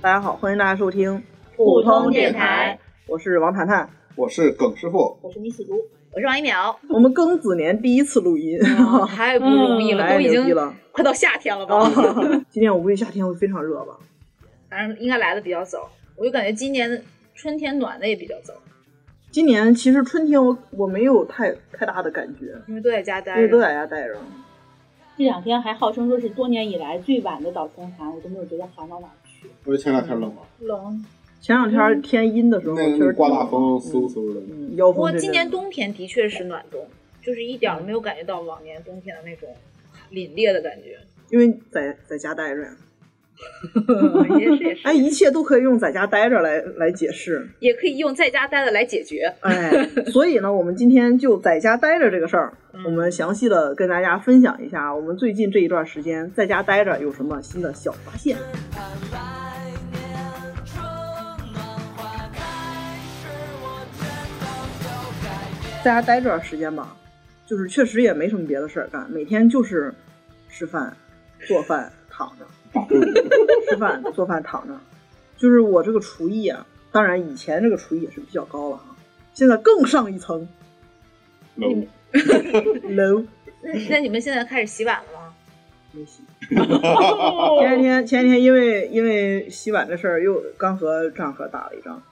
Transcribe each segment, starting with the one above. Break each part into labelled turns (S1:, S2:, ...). S1: 大家好，欢迎大家收听
S2: 普通电台，
S1: 我是王谈谈。
S3: 我是耿师傅，
S2: 我是米喜如，我是王 一淼，
S1: 我们庚子年第一次录 音，
S2: 太不容易了，
S1: 嗯太
S2: 都已
S1: 牛逼
S2: 经哦
S1: 了！
S2: 快到夏天了吧？
S1: 啊 今天我估计夏天会非常热吧？
S2: 反正应该来的比较早，我就感觉今年的春天暖的也比较早，
S1: 今年其实春天我我没有太太大的感觉，
S2: 因为都在家
S1: 因
S2: 待
S1: 为都
S2: 着。
S1: 在家待着。
S4: 这两天还号称说是多年以来最晚的早春寒，我都没有觉得寒到哪儿去。
S3: 我前两天冷了，
S2: 冷，
S1: 前两天天阴的时候，
S3: 那
S1: 确
S3: 那
S1: 实
S3: 嗯刮大
S1: 挺
S3: 风，嗖嗖的。
S1: 嗯，妖
S2: 不过
S1: 风阵阵。
S2: 今年冬天的确是暖冬，就是一点儿都没有感觉到往年冬天的那种凛冽的感 觉。
S1: 因为在在家待着呀，
S2: 也是也
S1: 哎，
S2: 是，
S1: 一切都可以用在家待着来来解释。
S2: 也可以用在家待着来解决。
S1: 哎，所以呢，我们今天就在家待着这个事儿，
S2: 嗯
S1: 我们详细的跟大家分享一下，我们最近这一段时间在家待着有什么新的小发现。
S5: 看来年春暖花开，是我见到就该变。
S1: 在家待这段时间吧，就是确实也没什么别的事儿干，每天就是吃饭、做饭、躺着，
S3: 嗯
S1: 吃饭、做饭、躺着。就是我这个厨艺啊，当然以前这个厨艺也是比较高了啊，现在更上一层
S3: 冷，
S1: 楼。
S2: 那那你们现在开始洗碗了吗？
S1: 没洗。前几 天前几天因为因为洗碗这事儿又刚和张哥打了一仗，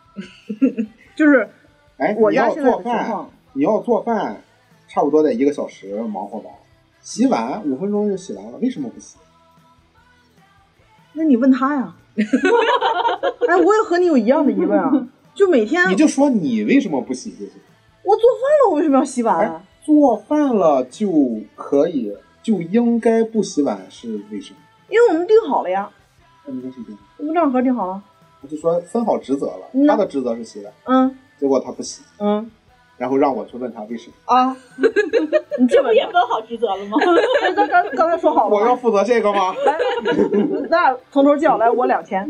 S1: 就是
S3: 哎，
S1: 我
S3: 你
S1: 家
S3: 要
S1: 现在的
S3: 做
S1: 情
S3: 饭，
S1: 况，
S3: 你要做饭，差不多得一个小时忙活吧。洗碗五分钟就洗完了，为什么不洗？
S1: 那你问他呀。 哎，我也和你有一样的疑问 啊，就每天
S3: 你就说你为什么不洗就行。
S1: 我做饭了，我为什么要洗碗啊？
S3: 做饭了就可以，就应该不洗碗是为什么？
S1: 因为我们定好了呀，
S3: 那你说谁定的？
S1: 我们账和定好了。
S3: 我就说分好职责了，
S1: 嗯呐
S3: 他的职责是洗碗，
S1: 嗯
S3: 结果他不洗，
S1: 嗯
S3: 然后让我去问他为什么。
S1: 啊，你这
S4: 这
S1: 么
S4: 不也分好职责了吗？
S1: 刚刚刚才说好
S3: 我要
S1: 了吗？
S3: 负责这个吗？
S1: 那从头叫来，我两千，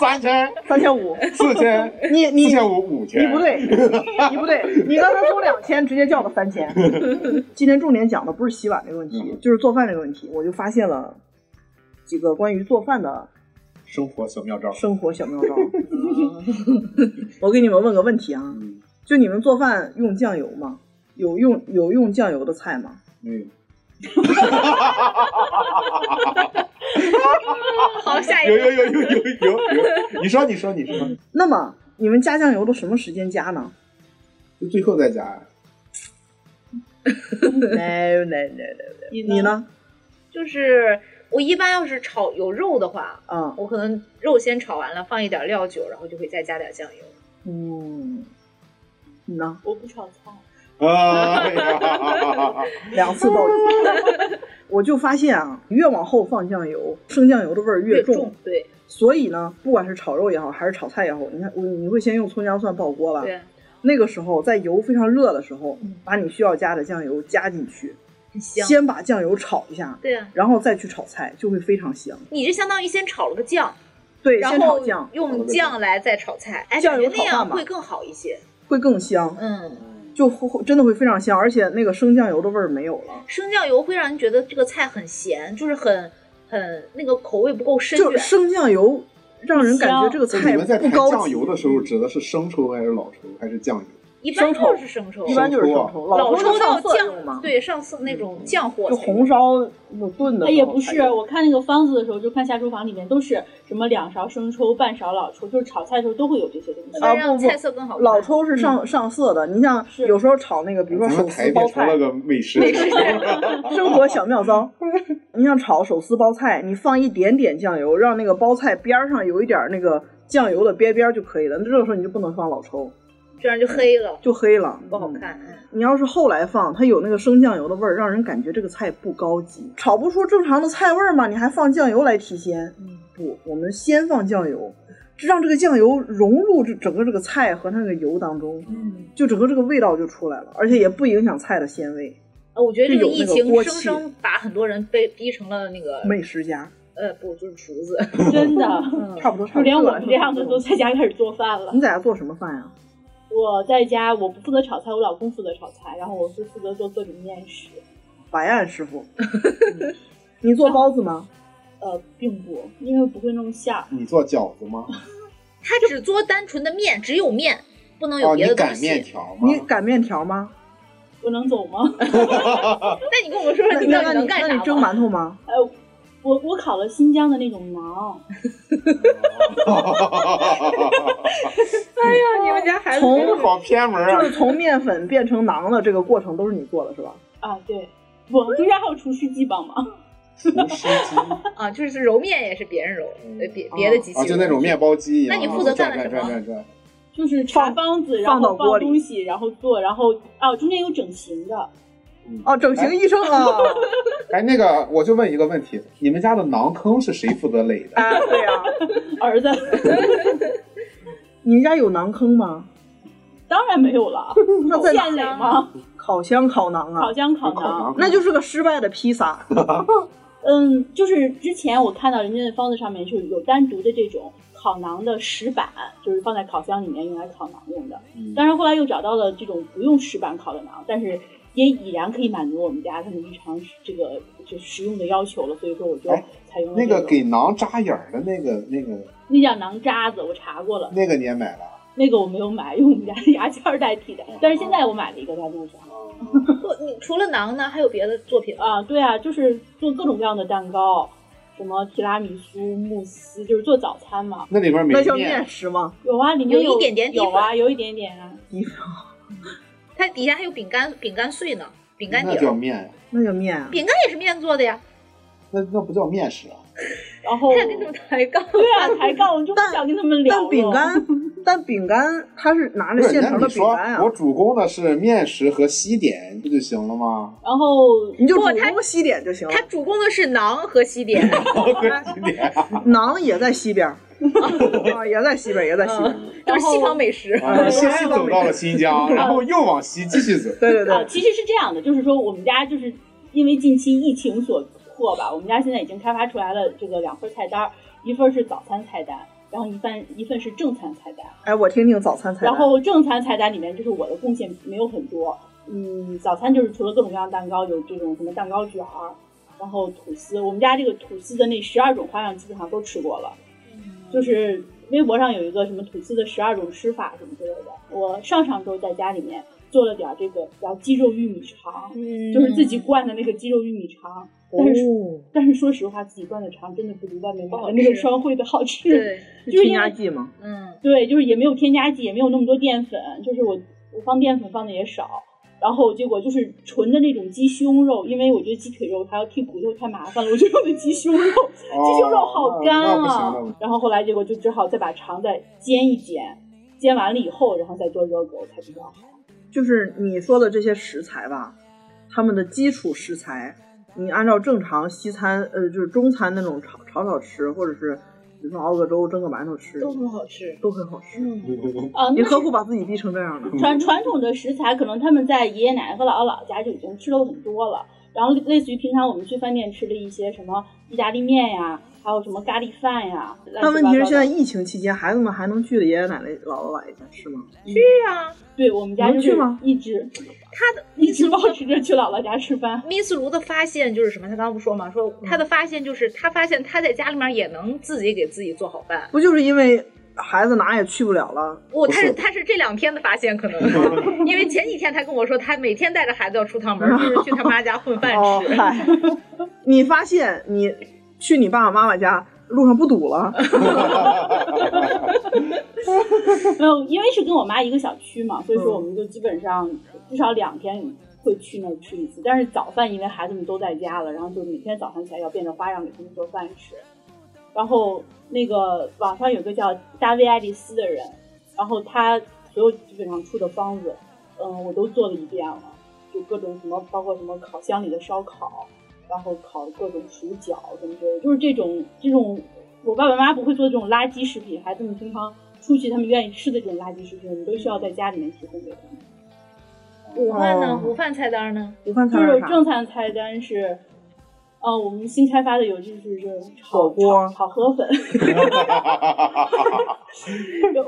S3: 三千、
S1: 三千 五。
S3: 四千、
S1: 你 你
S3: 四千五、五千，
S1: 你不对，你不对，你刚才从两千直接叫到三千。今天重点讲的不是洗碗这个问题，
S3: 嗯
S1: 就是做饭这个问题。我就发现了几个关于做饭的
S3: 生活小妙招。
S1: 生活小妙招。 我给你们问个问题啊，
S3: 嗯，
S1: 就你们做饭用酱油吗？有用有用酱油的菜吗？
S3: 没有。
S2: 好，下一
S3: 有
S2: 个。
S3: 有有有有有有，你说你说你说，
S1: 那么你们加酱油都什么时间加呢？
S3: 就最后再啊加，
S1: 来来来来，
S4: 你
S1: 你？呢？
S2: 就是我一般要是炒有肉的话，
S1: 啊，
S2: 我可能肉先炒完了，放一点料酒，然后就会再加点酱油。
S1: 嗯，你呢？
S4: 我不炒菜，
S3: 哎呀，
S1: 两次到底。 我就发现啊，越往后放酱油，生酱油的味儿越重。
S2: 重，对
S1: 所以呢，不管是炒肉也好，还是炒菜也好，你看，你你会先用葱姜蒜爆锅吧？
S2: 对，
S1: 那个时候，在油非常热的时候
S2: 嗯，
S1: 把你需要加的酱油加进去，
S2: 很香。
S1: 先把酱油炒一下，
S2: 对啊，
S1: 然后再去炒菜，就会非常香。
S2: 你这相当于先炒了个酱，
S1: 对，
S2: 然
S1: 先炒
S2: 后
S1: 酱
S2: 用酱来再炒菜，哎，
S1: 酱
S2: 感
S1: 油
S2: 觉
S1: 炒
S2: 那
S1: 饭
S2: 样
S1: 吧
S2: 会更好一些。
S1: 会更香，
S2: 嗯，
S1: 就会会真的会非常香，而且那个生酱油的味儿没有了，
S2: 生酱油会让人觉得这个菜很咸，就是很很那个口味不够深
S1: 就
S2: 远。
S1: 生酱油让人感觉
S4: 香
S1: 这个
S3: 就
S1: 菜
S3: 你们在
S1: 不
S3: 谈
S1: 高级。
S3: 酱油的时候，指的是生抽还是老抽还是酱油？
S2: 一般
S1: 生抽
S2: 都是生抽，
S1: 一般就是生抽，
S2: 老抽
S1: 上
S2: 到
S1: 色用嘛嗯
S2: 酱，，对上次那种酱火
S1: 就
S2: 才
S1: 红烧有炖的。
S4: 哎，也不是，我看那个方子的时候，就看下厨房里面都是什么两勺生抽、半勺老抽，就是炒菜的时候都会有这些东西。
S1: 啊
S2: 会让
S1: 不不
S2: 菜色更好看。
S1: 老抽是上上色的，你像
S4: 嗯是
S1: 有时候炒那个，比如说
S3: 咱
S1: 手
S3: 们
S1: 撕
S3: 台
S1: 包
S3: 变成了
S1: 菜，
S3: 个美食
S2: 美
S3: 节
S2: 食
S3: 目，
S1: 生活小 妙招。你像炒手撕包菜，你放一点点酱油，让那个包菜边儿上有一点儿那个酱油的边边儿就可以了。那这个时候你就不能放老抽，
S2: 这样就黑了，
S1: 就黑了，
S2: 不好
S1: 嗯
S2: 看。嗯，
S1: 你要是后来放，它有那个生酱油的味儿，让人感觉这个菜不高级，炒不出正常的菜味儿嘛，你还放酱油来提鲜？
S2: 嗯，
S1: 不，我们先放酱油，让这个酱油融入这整个这个菜和它那个油当中，
S2: 嗯，
S1: 就整个这个味道就出来了，而且也不影响菜的鲜味。
S2: 啊，我觉得
S1: 就
S2: 这个
S1: 有那
S2: 疫
S1: 个
S2: 情
S1: 锅
S2: 生
S1: 气
S2: 生把很多人被逼成了那个
S1: 美食家
S2: 呃，不就是厨子，
S4: 真的，
S1: 差不多，差
S4: 嗯就
S1: 不多。
S4: 连我们这样的都在家开始做饭了
S1: 你。在家做什么饭呀、
S4: 我在家我不负责炒菜，我老公负责炒菜，然后我是负责做各种面食。
S1: 白岸师傅，你做包子吗？
S4: 呃，并不，因为不会弄馅儿。
S3: 你做饺子吗？
S2: 他只做单纯的面，只有面，不能有
S3: 哦，
S2: 别
S3: 你
S2: 的东
S3: 擀
S2: 西。
S3: 面条吗？
S1: 你擀面条吗？
S4: 我能走吗？
S2: 那你跟我们说
S1: 那
S2: 说你到
S1: 那
S2: 底
S1: 那
S2: 能
S1: 你
S2: 干啥
S1: 那你蒸
S2: 吧
S1: 馒头吗？
S4: 哎，我我烤了新疆的那种馕，
S2: 你们家孩
S1: 从
S3: 好偏门
S1: 就
S3: 啊
S1: 是！从面粉变成馕的这个过程都是你做的是吧？
S4: 啊，对，不，中间还有厨师机帮忙。
S3: 厨师 机
S2: 啊，就是揉面也是别人揉，呃别
S1: 哦
S2: 别的机器
S3: 啊，
S2: 揉。
S3: 就那种面包机一样。
S2: 那你负责
S3: 转
S2: 干了
S3: 转
S2: 什么
S3: 转转转。
S4: 就是茶帮子，然
S1: 放到
S4: 后
S1: 锅
S4: 放
S1: 里
S4: 东西，然后做，然后啊，中间有整形的，
S1: 哦，整形医生啊！
S3: 哎，那个，我就问一个问题：你们家的馕坑是谁负责垒
S2: 啊
S3: 的？
S1: 哎，对呀、
S4: 儿子
S1: 你们家有馕坑吗？
S4: 当然没有了，
S1: 那在
S4: 现垒吗？
S1: 烤箱烤馕
S4: 烤
S1: 啊，
S4: 箱烤
S3: 有烤
S4: 馕
S3: 馕。
S1: 那就是个失败的披萨。
S4: 嗯，就是之前我看到人家的方子上面就是有单独的这种烤馕的石板，就是放在烤箱里面用来烤馕用的。
S3: 嗯
S4: 当然后来又找到了这种不用石板烤的馕，但是也已然可以满足我们家他们日常这个就食用的要求了，所以说我就
S3: 哎
S4: 采用了、
S3: 那
S4: 这
S3: 个给馕扎眼儿的那个、那个、
S4: 那叫馕渣子，我查过了，
S3: 那个，你也买了？
S4: 那个我没有买，用我们家的牙签儿代替
S2: 哦
S4: 的。但是现在我买了一个在路上。
S2: 不你除了馕呢，还有别的作品啊？
S4: 啊，对啊，就是做各种各样的蛋糕，什么提拉米苏、慕斯，就是做早餐嘛。
S3: 那里面
S1: 那
S3: 没
S1: 叫面食吗？
S4: 有啊，里面
S2: 有一点点底
S4: 有啊，有一点点啊。
S2: 它底下还有饼干饼干碎呢，饼干底
S3: 那叫
S2: 儿，
S3: 面呀，
S1: 那叫面啊！
S2: 饼干也是面做的 呀。哦
S3: 那那不叫面食啊。
S4: 然 后
S2: 看你怎么抬杠。
S4: 对啊，抬杠，我就不
S1: 但
S4: 想跟他们聊
S1: 但
S4: 了。
S2: 啊
S1: 饼 干，但饼干它是拿
S3: 不
S1: 着
S3: 是，
S1: 现
S3: 那
S1: 成的
S3: 你
S1: 饼
S3: 说
S1: 干
S3: 我
S1: 啊，
S3: 主攻的是面食和西点，不就行了 吗？
S4: 然后
S1: 你就
S2: 不
S1: 主
S2: 它
S1: 攻西点就行了
S2: 他。主攻的是馕和西点，
S3: 和西点
S1: 馕也在西 边儿，啊，也在西边儿，也在西边儿。
S4: 嗯
S2: 就是西方美食。
S3: 啊， 先走到了新疆，然后又往西继续走。
S1: 对对
S4: 啊，
S1: 对，
S4: 其实是这样的，就是说我们家就是因为近期疫情所迫吧，我们家现在已经开发出来了这个两份菜单儿，一份是早餐菜单，然后一份一份是正餐菜单。
S1: 哎，我听听早餐菜单。哦
S4: 然后正餐菜单里面，就是我的贡献没有很多。嗯，早餐就是除了各种各样的蛋糕，有这种什么蛋糕卷儿，然后吐司。我们家这个吐司的那十二种花样基本上都吃过了，
S2: 嗯
S4: 就是微博上有一个什么吐司的十二种吃法什么之类的。我上上周在家里面做了点儿这个叫鸡肉玉米肠，
S2: 嗯
S4: 就是自己灌的那个鸡肉玉米肠。但是、但是说实话，自己灌的肠真的不如外面买
S2: 不
S4: 的
S2: 好
S4: 那个
S2: 吃
S4: 双汇的好吃。
S2: 对，
S1: 是
S4: 就是
S1: 添
S4: 因
S1: 加
S4: 为
S1: 剂吗？
S2: 嗯，
S4: 对，就是也没有添加剂，也没有那么多淀粉，就是我我放淀粉放的也少，然后结果就是纯的那种鸡胸肉，因为我觉得鸡腿肉还要剔骨头太麻烦了，我就用的鸡胸肉，鸡胸肉好干
S3: 哦那不行，
S4: 啊
S3: 那不行。
S4: 然后后来结果就只好再把肠再煎一煎，煎完了以后，然后再做热狗才比较好。
S1: 就是你说的这些食材吧，他们的基础食材，你按照正常西餐，呃，就是中餐那种炒炒炒吃，或者是比如说熬个粥、蒸个馒头吃，
S2: 都很好吃。
S1: 都很好吃。
S2: 嗯，
S4: 啊，
S1: 你
S4: 那
S1: 何苦把自己逼成这样呢？
S4: 传传统的食材，可能他们在爷爷奶奶和姥姥姥家就已经吃了很多了。然后类似于平常我们去饭店吃的一些什么意大利面呀，还有什么咖喱饭呀。
S1: 但问题是现在
S4: 乱七八糟的，
S1: 疫情期间，孩子们还能去爷爷奶奶、姥姥姥爷家吃吗？
S2: 对啊，
S4: 对我们家就
S1: 能去
S4: 是
S1: 吗
S4: 一直
S2: 他的
S4: 一直保持着去姥姥家吃饭。
S2: 密斯卢的发现就是什么？他刚刚不说嘛，说他的发现就是他发现他在家里面也能自己给自己做好饭。
S1: 不就是因为孩子哪也去不了了？
S2: 我、
S3: 不
S2: 他
S3: 是
S2: 是他是这两天的发现，可能 因为前几天他跟我说，他每天带着孩子要出趟门，就是去他妈家混饭
S1: 哦，
S2: 吃。
S1: 嗨，你发现你去你爸爸妈妈家路上不堵了，
S4: 没有，嗯因为是跟我妈一个小区嘛，所以说我
S1: 嗯
S4: 们就基本上至少两天会去那儿吃一次。但是早饭因为孩子们都在家了，然后就每天早上起来要变着花样给他们做饭吃。然后那个网上有个叫大卫爱丽丝的人，然后他所有基本上出的方子，嗯，我都做了一遍了，就各种什么，包括什么烤箱里的烧烤，然后烤各种薯角什么之类的，就是这种这种我爸爸妈妈不会做这种垃圾食品，孩子们平常出去他们愿意吃的这种垃圾食品，我们都需要在家里面提供给他们。
S2: 午饭呢
S1: 哦？
S2: 午饭菜单呢？
S1: 午饭
S4: 就
S1: 菜是
S4: 是
S1: 啥？
S4: 正餐菜单是，呃，我们新开发的有就是这种炒
S1: 火锅
S4: 炒炒河粉。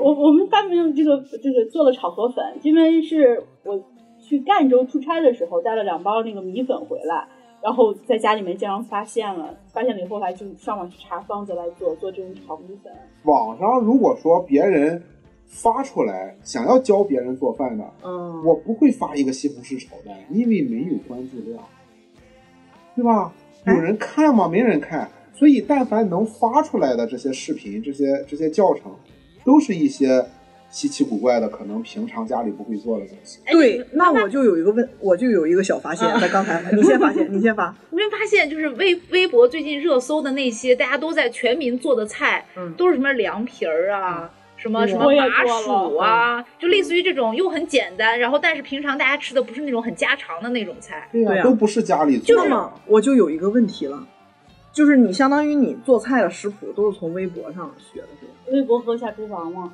S4: 我我们专门这个这个做了炒河粉，因为是我去赣州出差的时候带了两包那个米粉回来，然后在家里面竟然发现了，发现了以后还就上网去查方子来做做这种炒米粉，
S3: 网上如果说别人发出来想要教别人做饭的，
S1: 嗯，
S3: 我不会发一个西红柿炒蛋，因为没有关注量，对吧？
S1: 哎
S3: 有人看吗？没人看，所以但凡能发出来的这些视频、这些这些教程，都是一些稀奇古怪的，可能平常家里不会做的东西。
S2: 哎啊
S1: 对，那我就有一个问，我就有一个小发现，在刚才，你先发现，你先 发，
S2: 你没发现，就是微微博最近热搜的那些大家都在全民做的菜，
S1: 嗯
S2: 都是什么凉皮儿啊，什么
S1: 我
S2: 什么
S4: 我也
S2: 麻
S4: 做
S2: 薯啊，就类似于这种又很简单，然后但是平常大家吃的不是那种很家常的那种菜。
S3: 对
S1: 对呀
S3: 都不是家里
S1: 那
S3: 做的
S1: 么。我就有一个问题了，就是你相当于你做菜的食谱都是从微博上学的，是吧？
S4: 微博和下厨房嘛，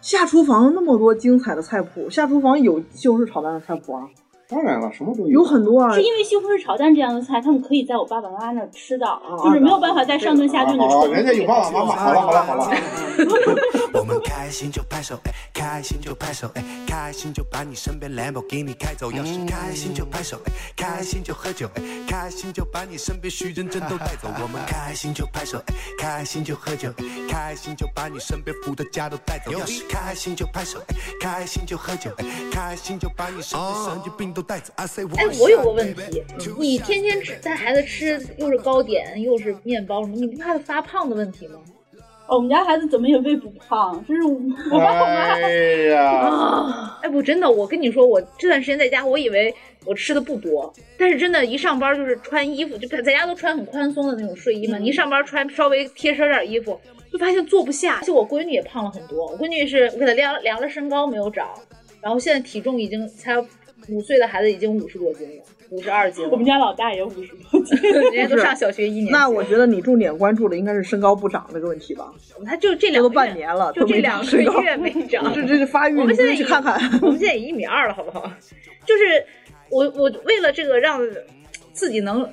S1: 下厨房那么多精彩的菜谱，下厨房有西红柿炒蛋的菜谱啊，
S3: 当然了，什么都
S1: 有很多啊
S4: 是。因为西红柿炒蛋这样的菜，他们可以在我爸爸妈妈那儿吃到，
S1: 啊
S4: 就是没有办法在上顿下顿的时
S3: 啊好
S4: 候
S3: 了，人家有爸 爸妈妈。好了好了好了，
S6: 我们开心就拍手，哎，开心就拍手，哎，开心就把你身边兰博基尼开走。要是开心就拍手，哎，开心就喝酒，哎，开心就把你身边徐真真都带走。我们开心就拍手，哎，开心就喝酒，哎，开心就把你身边伏的家都带走。要是开心就拍手，哎，开心就喝酒，哎，开心就把你身边神经病都带走。I say 我。
S2: 哎，我有个问题，你天天吃带孩子吃又是糕点又是面包什么，你不怕他发胖的问题吗？
S4: 哦我们家孩子怎么也喂不胖，就是我我爸我妈。
S3: 哎呀，
S2: 啊！哎，我真的，我跟你说，我这段时间在家，我以为我吃的不多，但是真的，一上班就是穿衣服，就在家都穿很宽松的那种睡衣嘛，你一上班穿稍微贴身点衣服，就发现坐不下。而且我闺女也胖了很多，我闺女是我给她量量了身高没有长，然后现在体重已经才五岁的孩子已经五十多斤了，五十二斤了
S4: 我们，家老大也五十多斤，
S2: 人家都上小学一年级了，
S1: 那我觉得你重点关注的应该是身高不长这个问题吧？
S2: 她就这
S1: 这
S2: 两
S1: 都
S2: 个
S1: 半
S2: 月，
S1: 年了，
S2: 就
S1: 都
S2: 这
S1: 没
S2: 两
S1: 长
S2: 个
S1: 身高，
S2: 月没长，
S1: 这这这发育，
S2: 啊我们
S1: 你
S2: 现在
S1: 自己去
S2: 已
S1: 看 看。
S2: 我们现在也一米二了，好不好？就是我我为了这个让自己能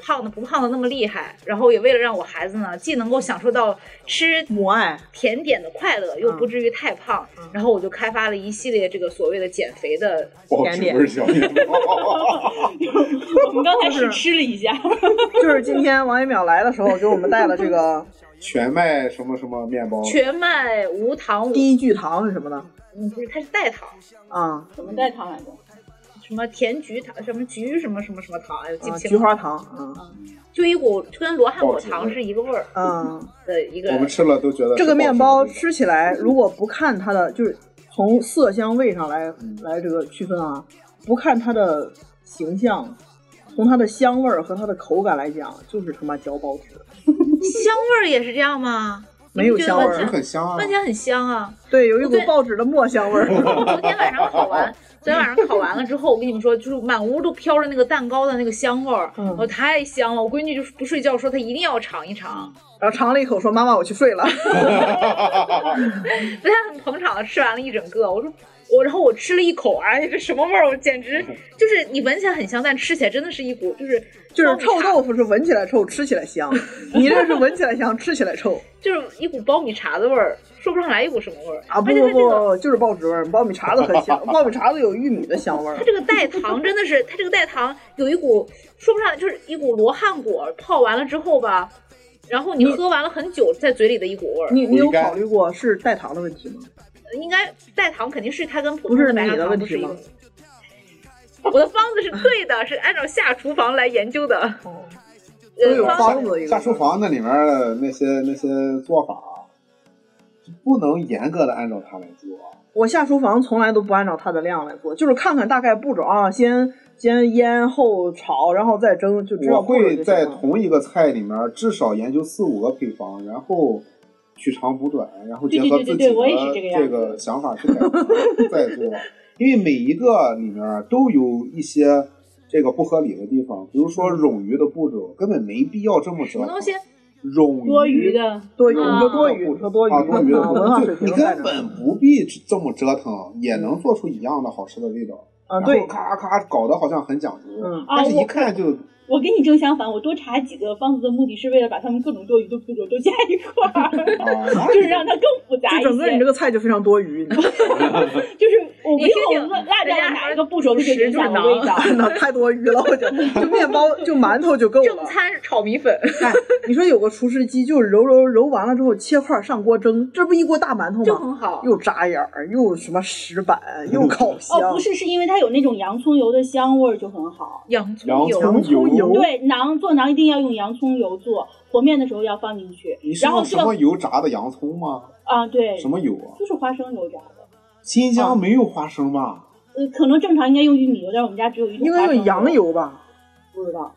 S2: 胖的不胖的那么厉害，然后也为了让我孩子呢，既能够享受到吃
S1: 母爱，
S2: 甜点的快乐，又
S1: 嗯
S2: 不至于太胖，然后我就开发了一系列这个所谓的减肥的。
S3: 保持味儿小面包。
S4: 我们刚才试吃了一下，
S1: 就是今天王一淼来的时候，给我们带了这个
S3: 全麦什么什么面包，
S2: 全麦无糖无，
S1: 低聚糖是什么的
S2: 嗯，不是，它是代糖，
S1: 啊？
S4: 怎么带糖来着？
S2: 什么甜菊糖，什么菊什么什么什么糖，哎，我记
S1: 啊，
S2: 不
S1: 菊
S2: 清了，
S1: 花糖啊，
S2: 就一股跟罗汉果
S3: 报纸
S2: 糖
S3: 味
S2: 是一个味儿
S1: 嗯，
S2: 的一个。
S3: 我们吃了都觉得
S1: 这
S3: 是
S1: 个面包
S3: 保持味
S1: 吃起来，如果不看它的，就是从色香味上来
S3: 嗯
S1: 来这个区分啊，不看它的形象，从它的香味儿和它的口感来讲，就是他妈嚼包子，
S2: 香味儿也是这样吗？
S1: 没有香味
S2: 你
S3: 道
S2: 们觉得
S1: 儿
S2: 万
S3: 很香啊。
S2: 番茄很香啊。
S1: 对，有一股
S2: 对
S1: 报纸的墨香 味 儿。
S2: 昨天晚上烤完，昨天晚上烤完了之后，我跟你们说，就是满屋都飘着那个蛋糕的那个香味儿，
S1: 嗯
S2: 我太香了。我闺女就是不睡觉，说她一定要尝一尝。
S1: 然后尝了一口，说：“妈妈，我去睡 了。
S2: 她很捧场的吃完了一整个，我说我，然后我吃了一口，哎呀，这什么味儿？我简直就是你闻起来很香，但吃起来真的是一股就是”
S1: 就是
S2: 苞米
S1: 臭
S2: 碴
S1: 豆腐是闻起来臭，吃起来香；你这是闻起来香，吃起来臭
S2: 就是一股苞米碴子味儿，说不上来一股什么味儿
S1: 啊！不
S2: 而且
S1: 不
S2: 它这个
S1: 不，就是报纸味儿，苞米碴子很香，苞米碴子有玉米的香味儿
S2: 它。这个代糖真的是，它这个代糖有一股说不上来，就是一股罗汉果泡完了之后吧，然后你喝完了很久在嘴里的一股味儿。
S1: 你你有
S3: 不应该
S1: 考虑过是代糖的问题吗？
S2: 应该代糖肯定是它跟普
S1: 不
S2: 通
S1: 是
S2: 白
S1: 你
S2: 砂
S1: 的
S2: 糖
S1: 问
S2: 不是
S1: 题
S2: 一
S1: 吗
S2: 个。？我的方子是对的，是按照下厨房来研究的。
S1: 都哦有
S2: 呃，
S1: 方子一个
S3: 下厨房那里面的那些那些做法，啊不能严格的按照它来做。
S1: 我下厨房从来都不按照它的量来做，就是看看大概步骤啊，先先腌后炒，然后再蒸，就知道
S3: 我
S1: 步骤
S3: 会
S1: 就行
S3: 在
S1: 了
S3: 同一个菜里面至少研究四五个配方，然后取长补短，然后结合自己
S4: 对对对对
S3: 的
S4: 对我也是这个样子
S3: 这个想法去改良再做。因为每一个里面都有一些这个不合理的地方，比如说冗余的步骤，根本没必要这么
S2: 什
S3: 折
S2: 么
S3: 腾。
S2: 东西？
S3: 冗
S4: 多余的，
S1: 多余，
S2: 啊
S1: 你说多余，你说多余，
S3: 啊，多余的
S1: 啊文化水平
S3: 就你
S1: 都在这儿
S3: 根本不必这么折腾，也能做出一样的好吃的味道。
S1: 啊，
S3: 然
S1: 对
S3: 后，咔咔搞得好像很讲究
S1: 嗯，
S3: 但是一看就
S4: 我跟你正相反，我多查几个方子的目的是为了把他们各种多余的步骤都加一块 儿，
S3: 啊，那
S4: 就是让它更复杂一
S1: 就
S4: 些。
S1: 整个你这个菜就非常多余，你知道吗
S4: 就是我没
S2: 你听
S4: 有
S2: 听
S4: 落掉
S2: 人家
S4: 哪一个步骤，就
S2: 食
S4: 影响了
S2: 指囊
S4: 味道。
S1: 真的太多余了，我觉得就面包就馒头就够
S2: 正
S1: 了。
S2: 餐炒米粉，
S1: 哎，你说有个厨师机，就揉揉揉完了之后切块儿上锅蒸，这不一锅大馒头
S2: 就
S1: 吗？
S2: 很好。
S1: 又扎眼儿，又什么石板，又烤箱，
S4: 哦，不是，是因为它有那种洋葱油的香味儿，就很好。
S2: 洋
S3: 洋
S2: 葱油，
S1: 洋葱
S3: 油
S1: 油
S4: 对，馕做馕一定要用洋葱油做，和面的时候要放进去
S3: 你。是
S4: 然后
S3: 用
S4: 这
S3: 什
S4: 个
S3: 么油炸的洋葱吗？
S4: 啊，对，
S3: 什么油啊？
S4: 就是花生油炸的。
S3: 新疆没有花生吧？
S4: 呃，可能正常应该用玉米油，但是我们家只有一种
S1: 应
S4: 花
S1: 该
S4: 生
S1: 用羊
S4: 油，
S1: 油吧？
S4: 不知道。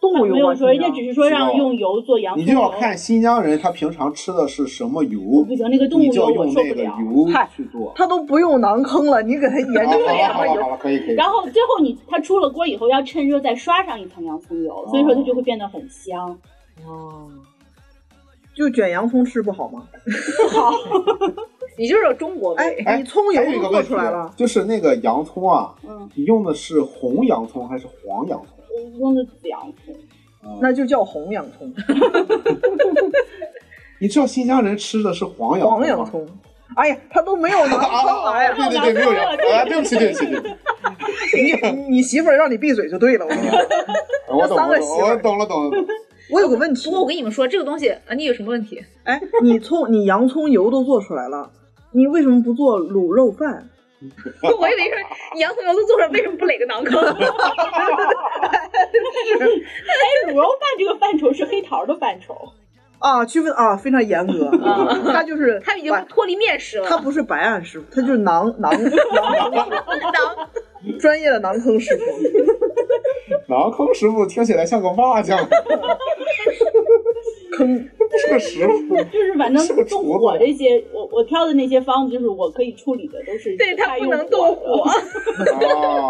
S1: 动物
S4: 没
S1: 油吧？
S4: 有说，人家
S1: 新疆
S4: 只是说让用油做洋
S3: 啊你
S4: 葱
S3: 就
S4: 油。
S3: 要看新疆人他平常吃的是什么油
S4: 不，行，那个动
S3: 你
S4: 物
S3: 就
S4: 油
S3: 要
S4: 我
S3: 用
S4: 受
S3: 那
S4: 不
S3: 个
S4: 了。
S3: 油
S1: 嗨
S3: 去做。啊
S1: 他都不用馕坑了，你给他研
S3: 好
S1: 究
S3: 了
S1: 什
S3: 好
S1: 么
S3: 了
S1: 油？
S3: 好了，可以可以。
S4: 然后最后你它出了锅以后要趁热再刷上一层洋葱油，所以说它就会变得很香。
S3: 哦
S1: 就卷洋葱吃不好吗？
S2: 你就是有中国
S1: 哎
S2: 味，，
S3: 哎
S1: 你葱油
S3: 还有
S1: 都
S3: 一个
S1: 做
S3: 问题
S1: 出
S3: 啊
S1: 来了，，
S3: 就是那个洋葱啊，
S4: 嗯，
S3: 你用的是红洋葱还是黄洋葱？
S4: 我用的紫洋葱，
S1: 那就叫红洋葱、
S3: 你知道新疆人吃的是黄洋葱
S1: 黄
S3: 吗？
S1: 洋葱。哎呀，他都没有馕坑来哎 呀！
S3: 对对对，没有人啊，对不起对不起对不起，
S1: 你你你媳妇儿让你闭嘴就对了。我
S3: 哎
S1: 跟你说，
S3: 我懂我懂我懂了懂了懂了。
S1: 我有个问题
S2: 不，过我跟你们说，这个东西啊，你有什么问题？
S1: 哎，你葱你洋葱油都做出来了，你为什么不做卤肉饭？
S2: 我以为说你洋葱油都做出来，为什么不垒个馕 坑？
S4: 哎，卤肉饭这个范畴是黑桃的范畴，
S1: 啊，区分啊非常严格，他就是
S2: 他已经
S1: 白
S2: 脱离面食了。
S1: 他不是白案师傅，他就是馕 馕馕
S2: 馕
S1: 专业的馕坑师傅。
S3: 馕坑师傅听起来像个麻 将，
S1: 坑
S3: 是个师傅。
S4: 就是反正
S3: 是个
S4: 动
S3: 厨
S4: 火
S3: 子
S4: 这些，我我挑的那些方子就是我可以处理的，都是
S2: 对他
S4: 太
S2: 不
S4: 用
S2: 能动
S4: 火的
S2: 火，
S3: 啊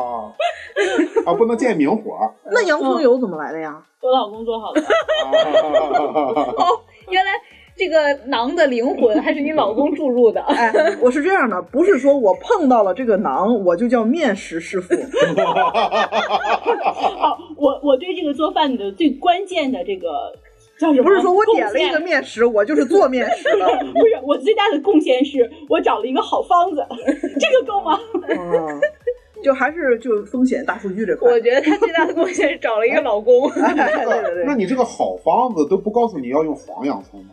S3: 啊，不能见明火。
S1: 那洋葱油怎么来的呀？
S4: 我老公做好的，
S3: 啊
S2: 哦，原来这个馕的灵魂还是你老公注入的。
S1: 哎，我是这样的，不是说我碰到了这个馕，我就叫面食师 傅。
S4: 哦，我我对这个做饭的最关键的这个叫什么？
S1: 不是说我点了
S4: 贡献
S1: 一个面食，我就是做面食 的。
S4: 不是我最大的贡献是我找了一个好方子， 这个够吗？
S1: 嗯，就还是就风险大数据这块。
S2: 我觉得他最大的贡献是找了一个老公。
S1: 哎对对
S3: 那
S1: 对，
S3: 你这个好方子都不告诉你要用黄洋葱吗？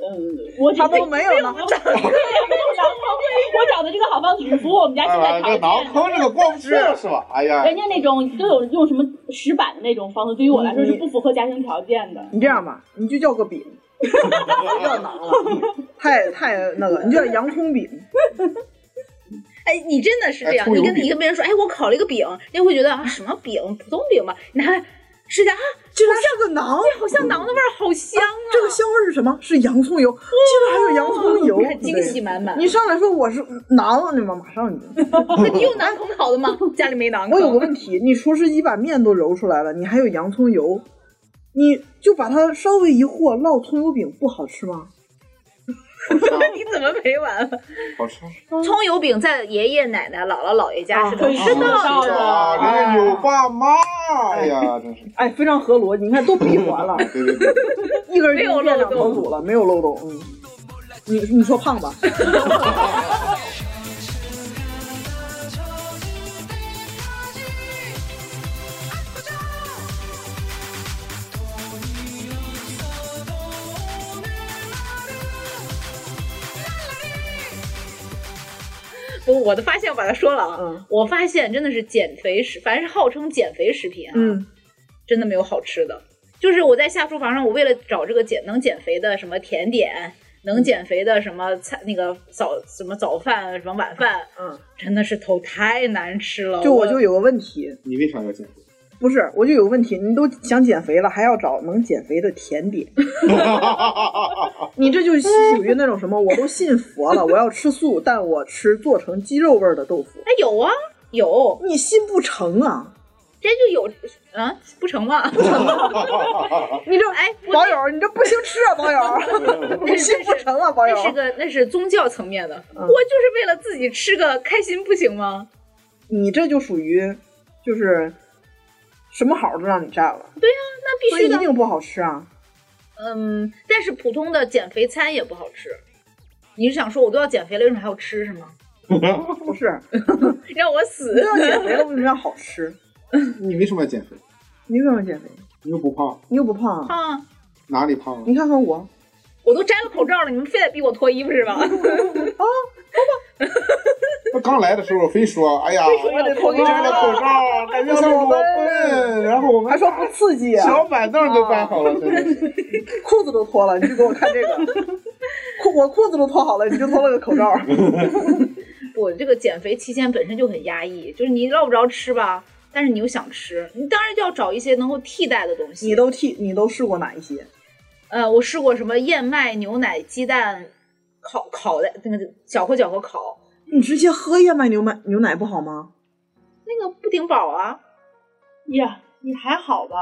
S4: 嗯，我只
S1: 他
S4: 会
S1: 都没有呢
S4: 我 找没有囊坑，我找的这个好方子只符合我们家现在
S3: 哎，
S4: 条
S3: 这
S4: 件
S3: 馕。坑这个过不去了是吧？哎呀，
S4: 人家那种都有用什么石板的那种方子，对于我来说是不符合家庭条件的。
S1: 你这样吧，你就叫个饼，不叫馕了，太太那个，你叫洋葱饼。
S2: 哎，你真的是这
S3: 哎
S2: 样，
S3: 葱
S2: 你
S3: 油
S2: 跟
S3: 饼
S2: 你跟别人说，哎，我烤了一个饼，人家会觉得啊，什么饼，普通饼吧？拿来吃一下啊，
S1: 竟然是个馕，
S2: 好像馕的味儿，好香啊！哦
S1: 这个香味儿是什么？是洋葱油，竟然还有洋葱油
S2: 你，看惊喜满 满。
S1: 对。你上来说我是馕，你妈马上你。
S2: 那你有馕坑烤的吗？家里没馕
S1: 我有个
S2: 坑。
S1: 问题，你厨师机把面都揉出来了，你还有洋葱油，你就把它稍微一和，烙葱油饼不好吃吗？
S2: 你怎么没完了？
S3: 好吃
S2: 葱油饼在爷爷奶奶、姥姥姥爷家是
S1: 嗯啊可
S2: 能
S1: 以
S2: 吃
S4: 吃到
S2: 到
S4: 的
S2: 的。
S3: 啊，人家有爸妈，哎呀，真是。
S1: 哎，非常合逻辑，你看都闭环了，
S3: 对对对，
S1: 一根筋
S2: 没有
S1: 变
S2: 漏
S1: 两
S2: 洞
S1: 头堵了，没有漏洞。嗯，你你说胖 吧，
S2: 不，我的发现我把它说了啊。
S1: 嗯
S2: 我发现真的是减肥食，凡是号称减肥食品啊，
S1: 嗯，
S2: 真的没有好吃的。就是我在下厨房上，我为了找这个减能减肥的什么甜点，能减肥的什么菜，那个早什么早饭什么晚饭，
S1: 嗯，
S2: 真的是头太难吃了。
S1: 就
S2: 我
S1: 我就有个问题，
S3: 你为啥要减肥？
S1: 不是，我就有个问题，你都想减肥了，还要找能减肥的甜 点，你这就属于那种什么，我都信佛了，我要吃素，但我吃做成鸡肉味儿的豆腐，
S2: 哎有啊有，
S1: 你信不成啊！
S2: 这就有啊不成吗？
S1: 你这
S2: 哎，不
S1: 网友，你这不行吃啊，网 友，你信不成啊，网友
S2: 那。是个那是宗教层面的，
S1: 嗯
S2: 我就是为了自己吃个开心，不行吗？
S1: 你这就属于就是什么好都让你占了，
S2: 那必
S1: 所
S2: 须
S1: 以一
S2: 的。
S1: 定不好吃啊。
S2: 嗯，但是普通的减肥餐也不好吃。你是想说我都要减肥了，为什么还要吃是吗？
S1: 不是，
S2: 让我
S1: 你
S2: 死！
S1: 要减肥了，为什么要好吃？
S3: 你为什么要减肥？
S1: 你为什么要减肥？
S3: 你又不胖，
S1: 你又不胖啊？
S2: 啊，
S3: 哪里胖了？
S1: 你看看我，
S2: 我都摘了口罩了，你们非得逼我脱衣服是吧？
S3: 他刚来的时候非说，哎呀，
S1: 我得脱
S3: 我摘了口罩，啊感觉像裸奔，然后我们
S1: 还说不刺激，啊
S3: 小板凳都搬好了，真的是。
S1: 裤子都脱了，你就给我看这 个，裤我裤子都脱好了，你就脱了个口罩。
S2: 我这个减肥期间本身就很压抑，就是你捞不着吃吧，但是你又想吃，你当然就要找一些能够替代的东西。
S1: 你都替你都试过哪一些？
S2: 呃，我试过什么燕麦、牛奶、鸡蛋，烤烤的那个搅和搅和烤，
S1: 你直接喝燕麦牛奶牛奶不好吗？
S2: 那个不顶饱啊。
S4: 呀，你还好吧？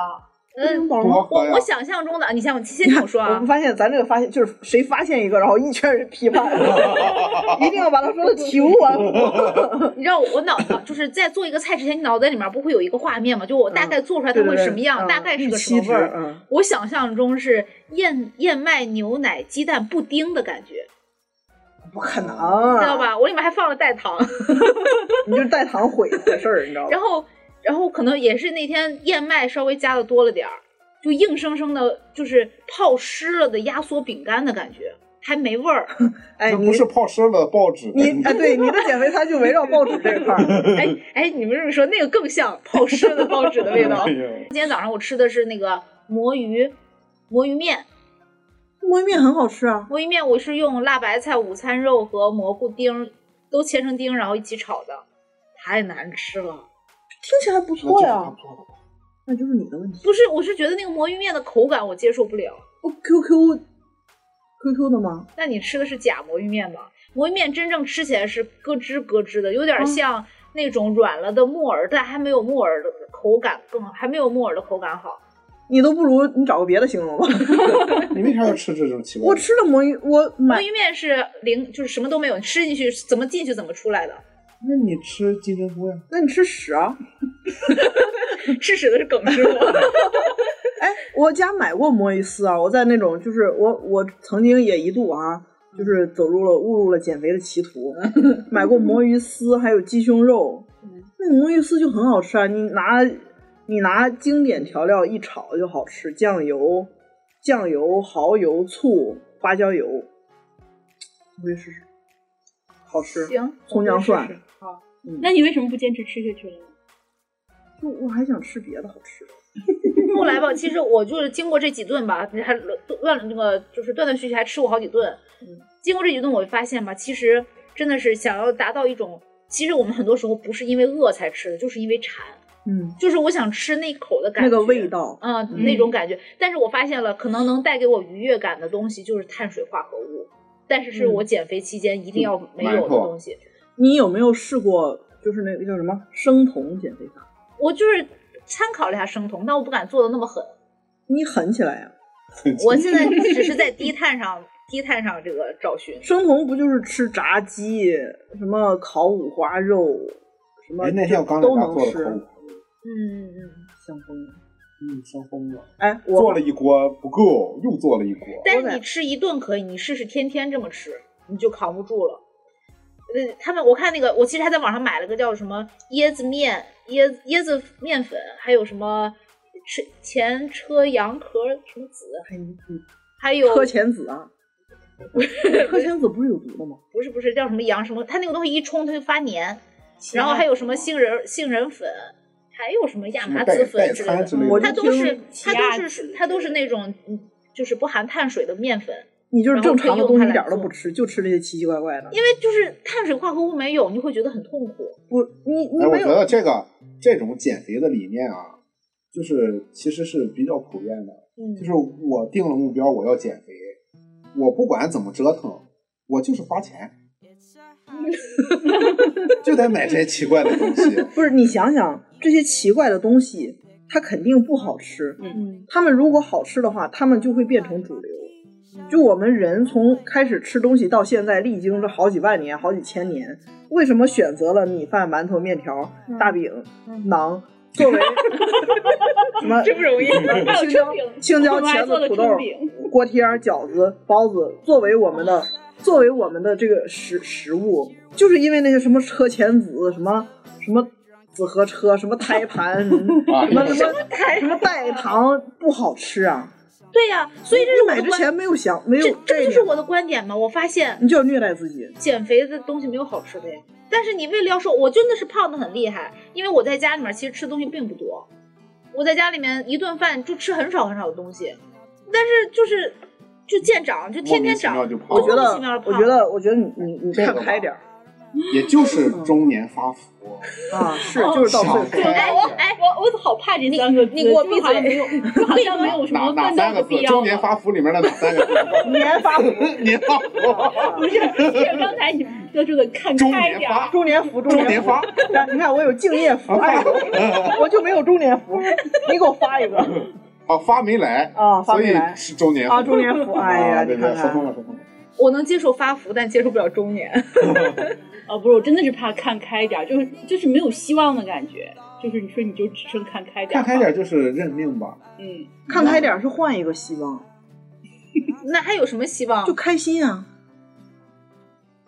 S2: 嗯，
S1: 宝
S3: 多
S1: 吗？
S3: 喝
S2: 我
S3: 呀
S2: 我！想象中的，啊你先我先听我说
S1: 我
S2: 啊
S1: 不，发现咱这个发现就是谁发现一个，然后一圈人批判， 一定要把他说的体无 完肤。
S2: 你知道我脑子就是在做一个菜之前，你脑袋里面不会有一个画面吗？就我大概做出来
S1: 嗯
S2: 它
S1: 对对
S2: 会
S1: 对
S2: 什么
S1: 嗯
S2: 样，大概是个
S1: 预
S2: 什么
S1: 期值
S2: 味儿。
S1: 嗯，
S2: 我想象中是燕燕麦牛奶鸡蛋布丁的感觉，
S1: 不可能，
S2: 知道？吧？我里面还放了代糖。
S1: 你就是代糖毁毁事儿，你知道吧
S2: 然？后，然后可能也是那天燕麦稍微加的多了点儿，就硬生生的就是泡湿了的压缩饼干的感觉，还没味儿。
S1: 哎，
S3: 那
S1: 你
S3: 不是泡湿了的报纸，
S1: 你哎，对，你的减肥餐就围绕报纸这块儿。
S2: 哎哎，你们这么说，那个更像泡湿了的报纸的味 道。
S3: 哎
S2: 今
S3: 呦
S2: 天早上我吃的是那个魔芋魔芋面，
S1: 魔芋面很好吃啊，
S2: 魔芋面我是用辣白菜、午餐肉和蘑菇丁儿都切成丁，然后一起炒的，太难吃了。
S1: 听起来不
S3: 那
S1: 错
S3: 就
S1: 呀
S3: 不。错了
S1: 那就是你的问题。
S2: 不是，我是觉得那个魔芋面的口感我接受不了。
S1: 不 QQ QQ 的吗？
S2: 那你吃的是假魔芋面吗？魔芋面真正吃起来是咯吱咯吱的，有点像那种软了的木耳，但还没有木耳的口感更好，还没有木耳的口感好。
S1: 你都不如你找个别的形容吧。
S3: 你为啥要吃这种奇怪
S1: 我
S3: 的？
S1: 吃的魔芋，我
S2: 魔
S1: 买
S2: 芋面是零，就是什么都没有，你吃进去怎么进去怎么出来的。
S3: 那你吃金针菇呀？
S1: 那你吃屎啊！
S2: 吃屎的是梗师傅，
S1: 哎，我家买过魔芋丝啊，我在那种就是我我曾经也一度啊，就是走入了误入了减肥的歧 途，买过魔芋丝，还有鸡胸肉，
S2: 嗯
S1: 那个魔芋丝就很好吃啊，你拿你拿经典调料一炒就好吃，酱油、酱油、蚝油、醋、花椒油，你可以试试，好吃。
S2: 行，
S1: 葱姜蒜
S2: 我试试
S4: 那你为什么不坚持吃下去了呢？
S1: 就我还想吃别的好吃的。
S2: 后来吧，其实我就是经过这几顿吧，还乱那个就是断断续续还吃过好几顿。
S1: 嗯
S2: 经过这几顿，我就发现吧，其实真的是想要达到一种，其实我们很多时候不是因为饿才吃的，就是因为馋，
S1: 嗯，
S2: 就是我想吃那口的感觉，
S1: 那个味，道，
S2: 嗯，那种感觉。但是我发现了，可能能带给我愉悦感的东西就是碳水化合物，但是是我减肥期间一定要没有的东西。
S1: 你有嗯没有试过？就是那个叫什么生酮减肥法？
S2: 我就是参考了一下生酮，但我不敢做的那 么狠。
S1: 你狠起来呀、啊
S2: 我现在只是在低碳上，低碳上这个找寻。
S1: 生酮不就是吃炸鸡、什么烤五花肉，什么
S3: 哎，那天我刚在
S1: 都
S3: 家
S1: 能
S3: 做了
S1: 吃
S3: 口，五，
S2: 嗯嗯。嗯，
S1: 香疯了。
S3: 嗯，伤风了。
S1: 哎，我
S3: 做了一锅不够，又做了一锅。
S2: 但
S1: 我
S2: 是
S1: 在
S2: 你吃一顿可以，你试试天天这么吃，你就扛不住了。呃，他们我看那个，我其实还在网上买了个叫什么椰子面、椰椰子面粉，还有什么吃前车羊壳什么籽，
S1: 哎你你
S2: 还有
S1: 车前子 啊，车前子不是有毒的吗？
S2: 不是不是叫什么羊什么，它那个东西一冲它就发黏， 然后还有什么杏仁杏仁粉，还有什么亚麻籽粉之
S3: 什么
S2: 类
S3: 代代餐之类
S2: 的，嗯
S3: 的
S1: 我就
S2: 它都是
S1: 听
S2: 它
S4: 奇
S2: 都
S4: 亚
S2: 是
S4: 籽
S2: 它都是那种嗯就是不含碳水的面粉。
S1: 你就是正常的东
S2: 然后可以用它
S1: 西
S2: 来
S1: 一点儿都
S2: 做
S1: 不吃，就吃这些奇奇怪怪的。
S2: 因为就是碳水化合物没有，你会觉得很痛苦。
S1: 不，你你
S3: 哎，我
S1: 没
S3: 觉
S1: 有
S3: 得这个这种减肥的理念啊，就是其实是比较普遍的。
S2: 嗯
S3: 就是我定了目标，我要减肥，我不管怎么折腾，我就是花钱，就得买这些奇怪的东西。
S1: 不是你想想这些奇怪的东西，它肯定不好吃。
S2: 嗯，
S1: 他们如果好吃的话，他们就会变成主流。就我们人从开始吃东西到现在，历经这好几万年、好几千年，为什么选择了米饭、馒头、面条、大饼、
S2: 嗯
S1: 馕、作 为什么
S2: 真不容易，
S1: 嗯
S4: 嗯
S2: 还有春饼，
S1: 青椒、
S4: 我们还
S1: 茄
S4: 做
S1: 子、
S4: 了
S1: 土豆
S4: 春饼、
S1: 锅贴、饺子、包子，作为我们 的作为我们的这个食食物，就是因为那些什么车前子、什么什么子和车、什么胎盘、 什么
S3: 啊
S1: 什么什么
S2: 胎
S1: 什么代糖不好吃啊！
S2: 对呀、所以这是我
S1: 买
S2: 的
S1: 之
S2: 观，
S1: 前没有想没
S2: 这
S1: 有
S2: 这不
S1: 概
S2: 就是
S1: 念，
S2: 我的观点吗？我发现
S1: 你就要虐待自己。
S2: 减肥的东西没有好吃的呀。但是你为了要瘦，我真的是胖的很厉害，因为我在家里面其实吃东西并不多，我在家里面一顿饭就吃很少很少的东西，但是就是就见长，就天
S3: 莫名
S2: 天
S3: 其
S2: 长
S3: 妙，就胖
S1: 我
S3: 了
S1: 觉
S2: 莫名
S1: 得
S2: 其妙地，
S1: 我
S2: 胖
S1: 觉得，我觉得你你你
S3: 这个
S1: 看
S3: 吧
S1: 开点儿
S3: 也就是
S1: 嗯
S3: 中年发福，
S1: 啊，是就是到岁
S3: 想
S1: 数。
S3: 开。
S2: 哎我哎
S4: 我我好怕这三个字，
S2: 你你给我
S4: 就是好像
S2: 闭
S4: 没
S2: 嘴
S4: 有，就好像没有什
S3: 哪
S4: 么
S3: 哪
S4: 奋
S3: 三
S4: 斗
S3: 个
S4: 的
S3: 字
S4: 必？要。
S3: 中年 发福里面的哪三个字？
S1: 年发福，
S3: 年发福，
S4: 不是，是刚才你说这个看
S3: 中
S4: 开
S3: 年
S4: 点儿。
S3: 发，
S1: 中年福，中
S3: 中年
S1: 福
S3: 发。
S1: 你看我有敬业福，爱国，我就没有中年福。你给我发一个
S3: 啊，发没来
S1: 啊发
S3: 所
S1: 没
S3: 以
S1: 来
S3: 是中年
S1: 啊，中年福！哎呀，
S3: 啊
S1: 你
S3: 对对，
S1: 看
S3: 说通
S1: 看，
S3: 了，说通了。
S2: 我能接受发福，但接受不了中年。
S4: 哦，不是，我真的是怕看开点儿，就是就是没有希望的感觉。就是你说你就只剩看开点，
S3: 看开，点就是认命吧，
S4: 嗯，
S1: 看开点儿是换一个希望，
S2: 那还有什么希望？
S1: 就开心啊。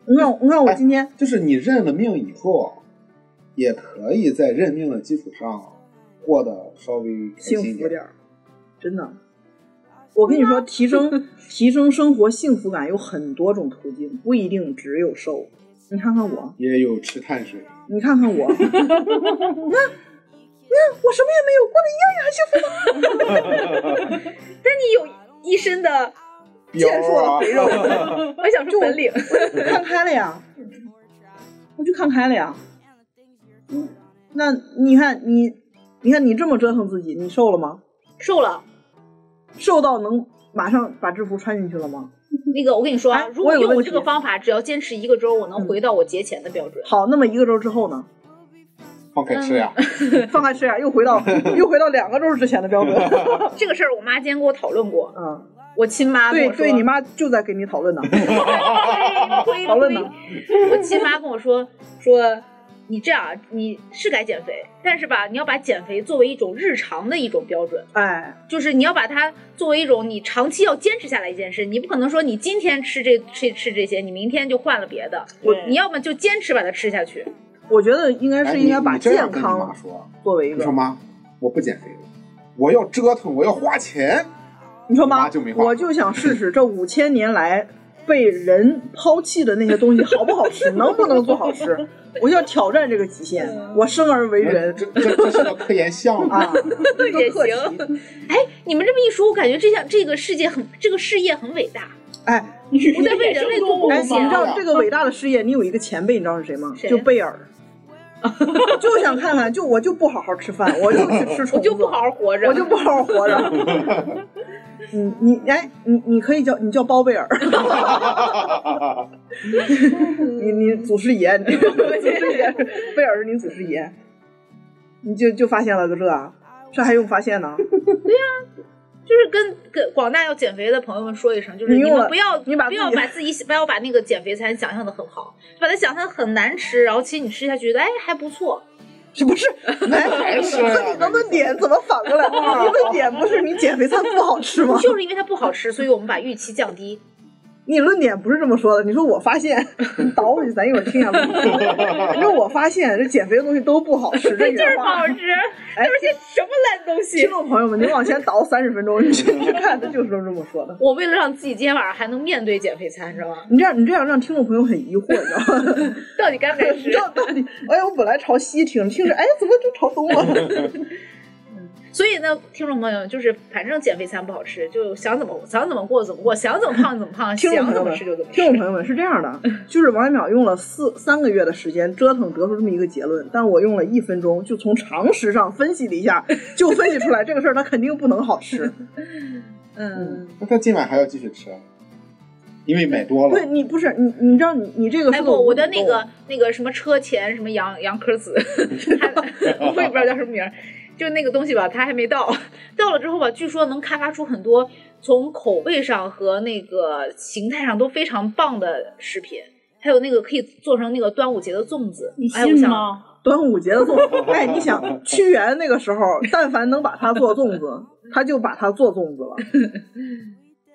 S2: 嗯
S1: 你看我，你看我今天
S3: 就是你认了命以后，也可以在认命的基础上过得稍微开
S1: 幸
S3: 心
S1: 福
S3: 一
S1: 点。儿，真的。我跟你说，提升 提升生活幸福感有很多种途径，不一定只有瘦。你看看我，
S3: 也有吃碳水，
S1: 你看看 我，那那我什么也没有，过得一样也很幸福。
S2: 但你有一身的，
S3: 膘啊，
S2: 我想说本领，
S1: 我看开了呀，我就看开了呀。嗯那你看你，你看你这么折腾自己，你瘦了吗？
S2: 瘦了。
S1: 瘦到能马上把制服穿进去了吗？
S2: 那个，我跟你说啊，
S1: 哎
S2: 如果
S1: 我有个
S2: 用我
S1: 问题嗯
S2: 这个方法，只要坚持一个周，我能回到我节前的标准。
S1: 好，那么一个周之后呢？
S3: 放开吃
S1: 嗯
S3: 呀，哎
S1: 放开吃呀，又回 到又回到两个周之前的标准。
S2: 这个事儿，我妈今天跟我讨论过，
S1: 嗯，
S2: 我亲妈跟
S1: 对
S2: 我说，
S1: 对，你妈就在给你讨论 呢。
S2: 推
S1: 讨论呢
S2: 我亲妈跟我说说，你这样啊你是该减肥，但是吧，你要把减肥作为一种日常的一种标准，
S1: 哎，
S2: 就是你要把它作为一种你长期要坚持下来一件事，你不可能说你今天吃这吃吃这些，你明天就换了别的，
S4: 我
S2: 你要么就坚持把它吃下去。
S1: 我觉得应该
S3: 哎
S1: 是
S3: 你
S1: 应该把
S3: 你这样
S1: 健
S3: 跟你妈
S1: 康
S3: 说，啊
S1: 作为一
S3: 你
S1: 个
S3: 说。妈，我不减肥了，我要折腾，我要花钱，
S1: 你说
S3: 你
S1: 妈
S3: 妈就没，话
S1: 我就 想试试这五千年来被人抛弃的那些东西好不好 吃，能不能做好吃？我就要挑战这个极限。
S2: 嗯
S1: 我生而为人
S3: 哎这这这是个科研项目，
S1: 啊，一
S2: 也
S1: 个课
S2: 行
S1: 题。
S2: 哎，你们这么一说，我感觉这项这个世界很这个事业很伟大。
S1: 哎
S4: 你是
S2: 我在为人类做贡
S1: 哎，
S2: 献
S1: 你知
S3: 呀
S1: 道这个伟大的事业，你有一个前辈，你知道是谁吗？
S2: 谁
S1: 就贝 尔。就想看看，就我就不好好吃饭，我就去吃虫子，
S2: 我就不好好活着，
S1: 我就不好好活着。 你你哎，你你可以叫你叫包贝尔， 你你祖师爷， 你祖师爷贝尔是你祖师爷，你就就发现了个这啊，这还用发现呢？
S2: 就是跟跟广大要减肥的朋友们说一声，就是
S1: 你
S2: 你
S1: 用
S2: 们
S1: 了
S2: 不要
S1: 你把
S2: 不
S1: 自己
S2: 要把自己不要把那个减肥餐想象的很好，把它想象得很难 吃，然后其实你吃下去觉得哎还不错，
S1: 是不是？哎，
S3: 还是
S1: 和你的论点怎么反过来？你论点不是你减肥餐不好吃吗？
S2: 就是因为它不好 吃，所以我们把预期降低。
S1: 你论点不是这么说的，你说我发现，你倒回去，咱一会儿听一下论点。你说我发现这减肥的东西都不好吃，这
S2: 对， 就是
S1: 原
S2: 不
S1: 话哎
S2: 好。吃，都是些什么烂东西
S1: 听。众朋友们，你往前倒三十分钟，你去看，他就是这么说的。
S2: 我为了让自己今天晚上还能面对减肥餐，知道吗？
S1: 你这样，你这样让听众朋友很疑惑，你知道 吗？
S2: 到底该不该
S1: 你
S2: 吃
S1: 知？道到底？哎，我本来朝西听，听着，哎，怎么就朝东 了？
S2: 所以呢，听众朋友们，就是反正减肥餐不好吃，就想怎么想怎么过怎么过，想怎么胖怎么胖，
S1: 听众
S2: 想
S1: 朋友
S2: 怎么
S1: 们
S2: 吃就怎么，吃
S1: 听。众朋友们是这样的，就是王一淼用了四三个月的时间折腾得出这么一个结论，但我用了一分钟就从常识上分析了一 下，就分析出来这个事儿它肯定不能好 吃。
S2: 嗯。
S3: 那他今晚还要继续吃，啊因为买多
S1: 对
S3: 了，
S1: 你不是你，你知道你你这个
S2: 哎
S1: 是
S2: 不，
S1: 个
S2: 我
S1: 无
S2: 的
S1: 底
S2: 那
S1: 洞
S2: 个那个什么车前什么杨杨科子，还我也不知道叫什么名儿，就那个东西吧，它还没到。到了之后吧，据说能开发出很多从口味上和那个形态上都非常棒的食品，还有那个可以做成那个端午节的粽子。
S4: 你
S2: 哎，我
S4: 信
S2: 想
S4: 吗？
S1: 端午节的粽子，哎，你想屈原那个时候，但凡能把它做粽子，他就把它做粽子了。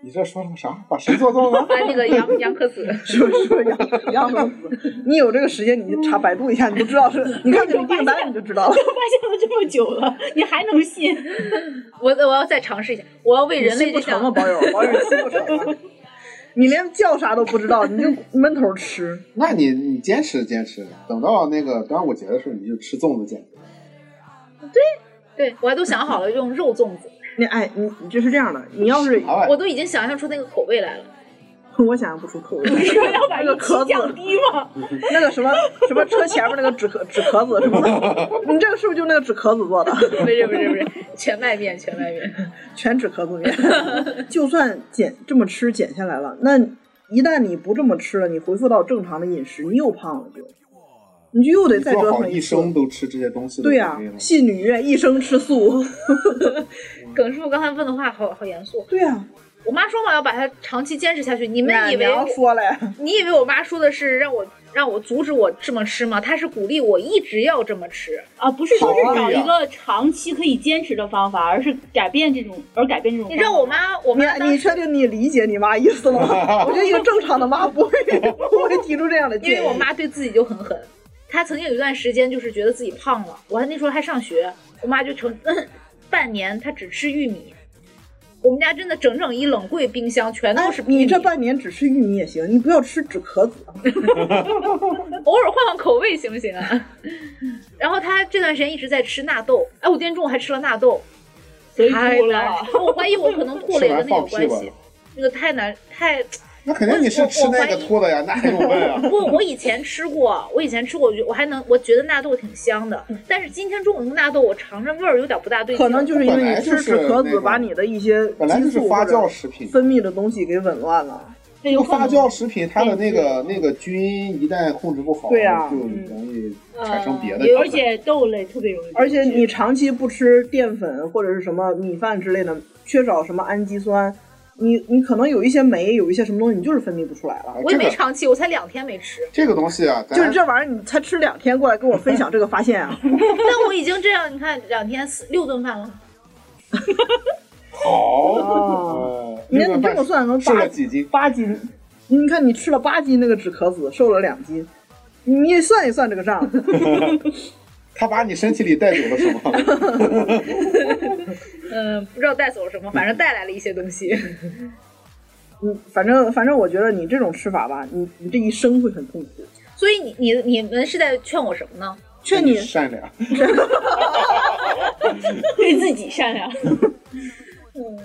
S3: 你这说了个啥？把谁做粽 子？
S2: 啊，那个杨杨克子，
S1: 说说杨杨公子，你有这个时间，你就查百度一下，你就知道是，你看这个订单你就知道了。
S4: 发现了这么久了，你还 能信？
S2: 我我要再尝试一下，我要为人类
S1: 你心不
S2: 这
S1: 诚吗，
S2: 项
S1: 保友？保友你心不诚吗？你连叫啥都不知道，你就闷头吃。
S3: 那你你坚持坚持，等到那个端午节的时候，你就吃粽子减肥。
S2: 对我还都想好了用肉粽子，
S1: 你哎，你你这是这样的，你要是
S3: 啥玩意
S2: 我
S3: 儿？
S2: 都已经想象出那个口味来了。
S1: 我想象不出口味，
S4: 说要把
S1: 那个
S4: 预期
S1: 壳
S4: 降
S1: 子，
S4: 低吗？
S1: 那个什么什么车前面那个纸壳纸壳子是不是？你这个是不是就那个纸壳子做的？
S2: 不是不是不是，全麦面全麦面，
S1: 全纸壳子面， 就算减这么吃减下来了，那一旦你不这么吃了，你恢复到正常的饮食，你又胖了就，你就又得
S3: 你
S1: 再
S3: 做
S1: 折
S3: 好
S1: 腾
S3: 一
S1: 次。
S3: 生都吃这些东西的
S1: 对啊呀、
S3: 准备了
S1: 戏女一生吃素。
S2: 耿师傅刚才问的话好好严肃。
S1: 对啊呀、
S2: 我妈说嘛，要把它长期坚持下去。你
S1: 你
S2: 们以为
S1: 娘说嘞，
S2: 你以为我妈说的是让我让我阻止我这么吃吗？她是鼓励我一直要这么吃。
S4: 啊，不是说是
S3: 好
S4: 找
S3: 啊
S4: 一个长期可以坚持的方法，而是改变这种，而改变这种
S2: 你
S4: 方法。
S2: 知道我妈我妈
S1: 你
S2: 当
S1: 你
S2: 时
S1: 确定你理解你妈意思了 吗？我觉得一个正常的妈不会不会提出这样的
S2: 因
S1: 建议。
S2: 为我妈对自己就很狠，她曾经有一段时间就是觉得自己胖了，我还那时候还上学，我妈就成、 半年她只吃玉米。我们家真的整整一冷柜冰箱全
S1: 哎
S2: 都是玉米，
S1: 你这半年只吃玉米也行，你不要吃纸壳子。
S2: 偶尔换换口味行不行啊？ 然后他这段时间一直在吃纳豆，哎，我今天中午还吃了纳豆，
S4: 所以
S2: 太
S4: 哭
S2: 难
S4: 了。啊
S2: 受哎了，我怀疑我可能吐了
S3: 吃
S2: 也跟
S3: 完
S2: 那有
S3: 放屁
S2: 关
S3: 吧。
S2: 系，那个太难太
S3: 那肯定你是吃那个吐的呀，那还用问啊？
S2: 不，我以前吃过，我以前吃过，我觉我还能我觉得纳豆挺香的，但是今天中午那个纳豆我尝着味儿有点不大对劲，
S1: 可能就是因为你吃纸壳
S3: 本来就是那
S1: 子，
S3: 个
S1: 把你的一些
S3: 本来就
S1: 激
S3: 是
S1: 素
S3: 发
S1: 或者
S3: 酵食品，
S1: 分泌的东西给紊乱了。
S4: 对，
S3: 这
S4: 有
S3: 个
S4: 可
S3: 发
S4: 能
S3: 酵食品它的那个那个菌一旦控制不好，
S1: 对呀
S3: 就容易产生
S2: 呃
S3: 别的。
S4: 而且豆类特别容易，
S1: 而且你长期不吃淀粉或者是什么米饭之类的，缺少什么氨基酸，你你可能有一些酶，有一些什么东西，你就是分泌不出来了。
S3: 哎
S2: 我也
S3: 这
S2: 没
S3: 个
S2: 长期，我才两天没吃，
S3: 这个东西啊，
S1: 就是
S3: 咱
S1: 这玩意儿，你才吃两天过来跟我分享这个发现 啊！
S2: 但我已经这样，你看两天四六顿饭了，
S3: 好，
S1: 哦，
S3: 呃，
S1: 你
S3: 那
S1: 看你这么算能
S3: 吃
S1: 八
S3: 了几斤？
S1: 八斤，你看你吃了八斤那个纸壳子，瘦了两斤，你算一算这个账。
S3: 它把你身体里带走了什么？
S2: 嗯，不知道带走了什么，反正带来了一些东西。
S1: 嗯，反正反正我觉得你这种吃法吧，你你这一生会很痛苦。
S2: 所以你你你们是在劝我什么 呢？
S1: 劝你
S3: 善良，
S4: 对自己善良。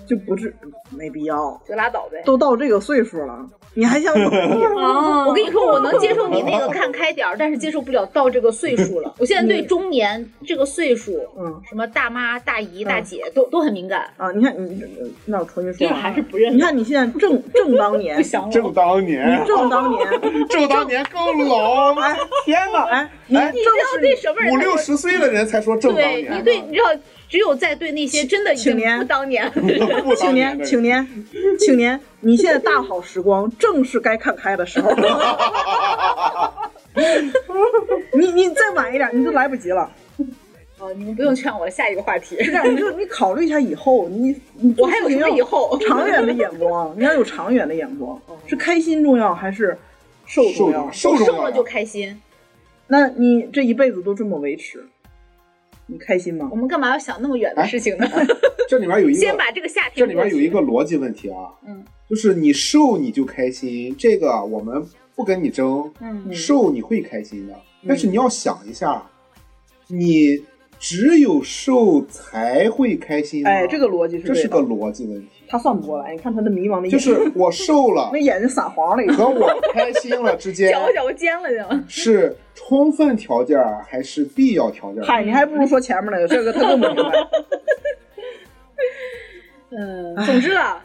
S1: 就不至没必要，
S2: 就拉倒呗。
S1: 都到这个岁数了，你还想怎么地？
S4: 哦
S2: 我跟你说，我能接受你那个看开点儿，但是接受不了到这个岁数了。我现在对中年这个岁数，
S1: 嗯
S2: 什么大妈、大
S3: 嗯
S2: 姨、大姐都都很敏感。
S1: 啊，你看你，呃那我重新
S4: 就
S1: 说
S4: 是
S1: 啊，
S4: 还是不认
S1: 你看你现在正正当年
S4: 不，想
S3: 正
S4: 我。
S3: 当年，
S1: 正当年，
S3: 正当年更老，
S1: 哎
S3: 天哪！
S1: 哎，你
S3: 哎
S1: 正
S2: 要
S1: 是
S2: 对什么人？
S3: 五六十岁的人才说正当
S2: 对
S3: 年
S2: 你
S3: 呢，
S2: 对，你知道，只有在对那些真的已经
S1: 请您
S2: 不当 年的人，
S3: 不当
S1: 请
S3: 年
S1: 您，
S3: 的人
S1: 请您，请您，你现在大好时光，正是该看开的时候。 你你再晚一点，你就来不及了。
S2: 哦，你们不用劝我了，下一个话题。
S1: 是这样，你就你考虑一下以后，你你
S2: 我还有什么以后
S1: 长远的眼光，你要有长远的眼光，是开心重要还是瘦重要？
S3: 瘦重
S2: 瘦
S3: 要
S2: 了就开心，
S1: 那你这一辈子都这么维持，你开心吗
S2: 我？们干嘛要想那么远的事情呢？
S3: 这里面哎有一个，
S2: 先把这个夏天
S3: 这里面有一
S2: 过
S3: 个逻辑问题啊，
S2: 嗯，
S3: 就是你瘦你就开心，这个我们不跟你争，
S2: 嗯
S3: 瘦你会开心的，但是你要想一下，你只有瘦才会开心吗
S1: 哎，这个逻辑是
S3: 啊这
S1: 对
S3: 是
S1: 的
S3: 个逻辑问题，
S1: 他算不过来，你看他那迷茫的眼，
S3: 就是我瘦了
S1: 那眼睛散黄了已 经。
S3: 和我开心了之
S2: 去，
S3: 间
S2: 脚脚尖了就。
S3: 是充分条件儿还是必要条件儿？
S1: 嗨，你还不如说前面那个，这个他更不明 白。
S2: 嗯，总之啊，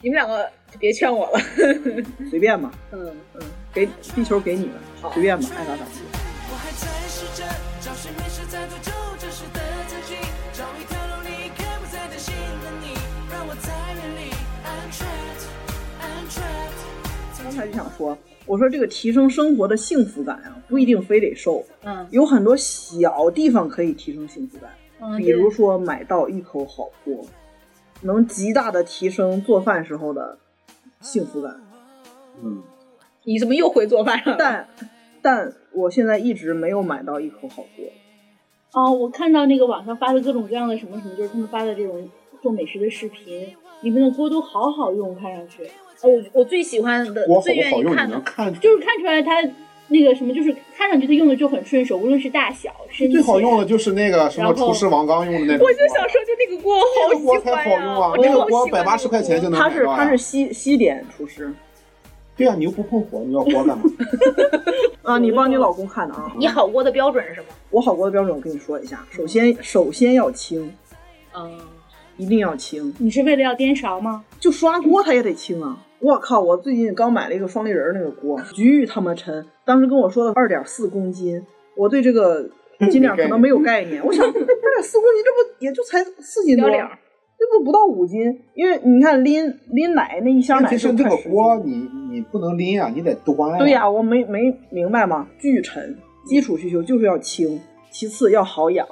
S2: 你们两个就别劝我了。
S1: 随便吧，
S2: 嗯。
S1: 给地球给你了，随便吧，爱咋咋。
S5: 我还在试着找寻迷失在途中真实的自己，找一条路离开不再担心的你，让我在原里 I'm trapped，I'm trapped。
S1: 刚才就想说，我说这个提升生活的幸福感啊，不一定非得瘦，
S2: 嗯
S1: 有很多小地方可以提升幸福感，
S2: 嗯，
S1: 比如
S2: 对
S1: 说买到一口好锅，能极大的提升做饭时候的幸福感。
S3: 嗯，
S2: 你怎么又会做饭了？
S1: 但但我现在一直没有买到一口好锅，
S4: 哦，我看到那个网上发的各种各样的什么什么，就是他们发的这种做美食的视频，里面的锅都好好用，看上去哦
S2: 我我最喜欢的
S3: 锅、好
S2: 最愿
S3: 不好
S2: 意
S3: 用
S2: 看
S3: 你
S2: 的
S3: 能看出，
S4: 就是看出来它那个什么，就是看上去它用的就很顺手，无论是大小、深浅
S3: 最好用的就是那个什么
S4: 然后
S3: 厨师王刚用的那种，
S2: 我就想说，就那个锅，我好
S3: 这个锅
S2: 喜
S3: 才
S2: 欢
S3: 好用啊
S2: 我，
S3: 这
S2: 真的
S3: 个
S2: 好
S3: 锅
S2: 喜
S3: 百
S2: 欢
S3: 八
S2: 那
S3: 十
S2: 个
S3: 块钱
S2: 锅
S3: 就能买
S1: 他
S3: 到
S1: 是
S3: 呀。
S1: 他是西西点厨师
S3: 对啊呀，你又不碰火，你要锅干嘛？
S1: 啊，你帮你老公看的啊。
S2: 你好锅的标准是什么？
S1: 我好锅的标准我跟你说一下，首先首先要轻，
S2: 嗯，
S1: 一定要轻，
S4: 你是为了要颠勺吗？
S1: 就刷锅它也得轻啊。我靠！我最近刚买了一个双立人儿那个锅，巨他妈沉。当时跟我说的二点四公斤，我对这个斤两可能没有概念。我想二点四公斤，这不也就才四斤多
S2: 标，点儿
S1: 这不不到五斤。因为你看拎拎奶那一箱
S3: 但
S1: 奶
S3: 其
S1: 就
S3: 实
S1: 快
S3: 这个
S1: 10斤
S3: 锅你你不能拎啊，你得端
S1: 对呀、我没没明白嘛，巨沉，基础需求就是要轻，其次要好养。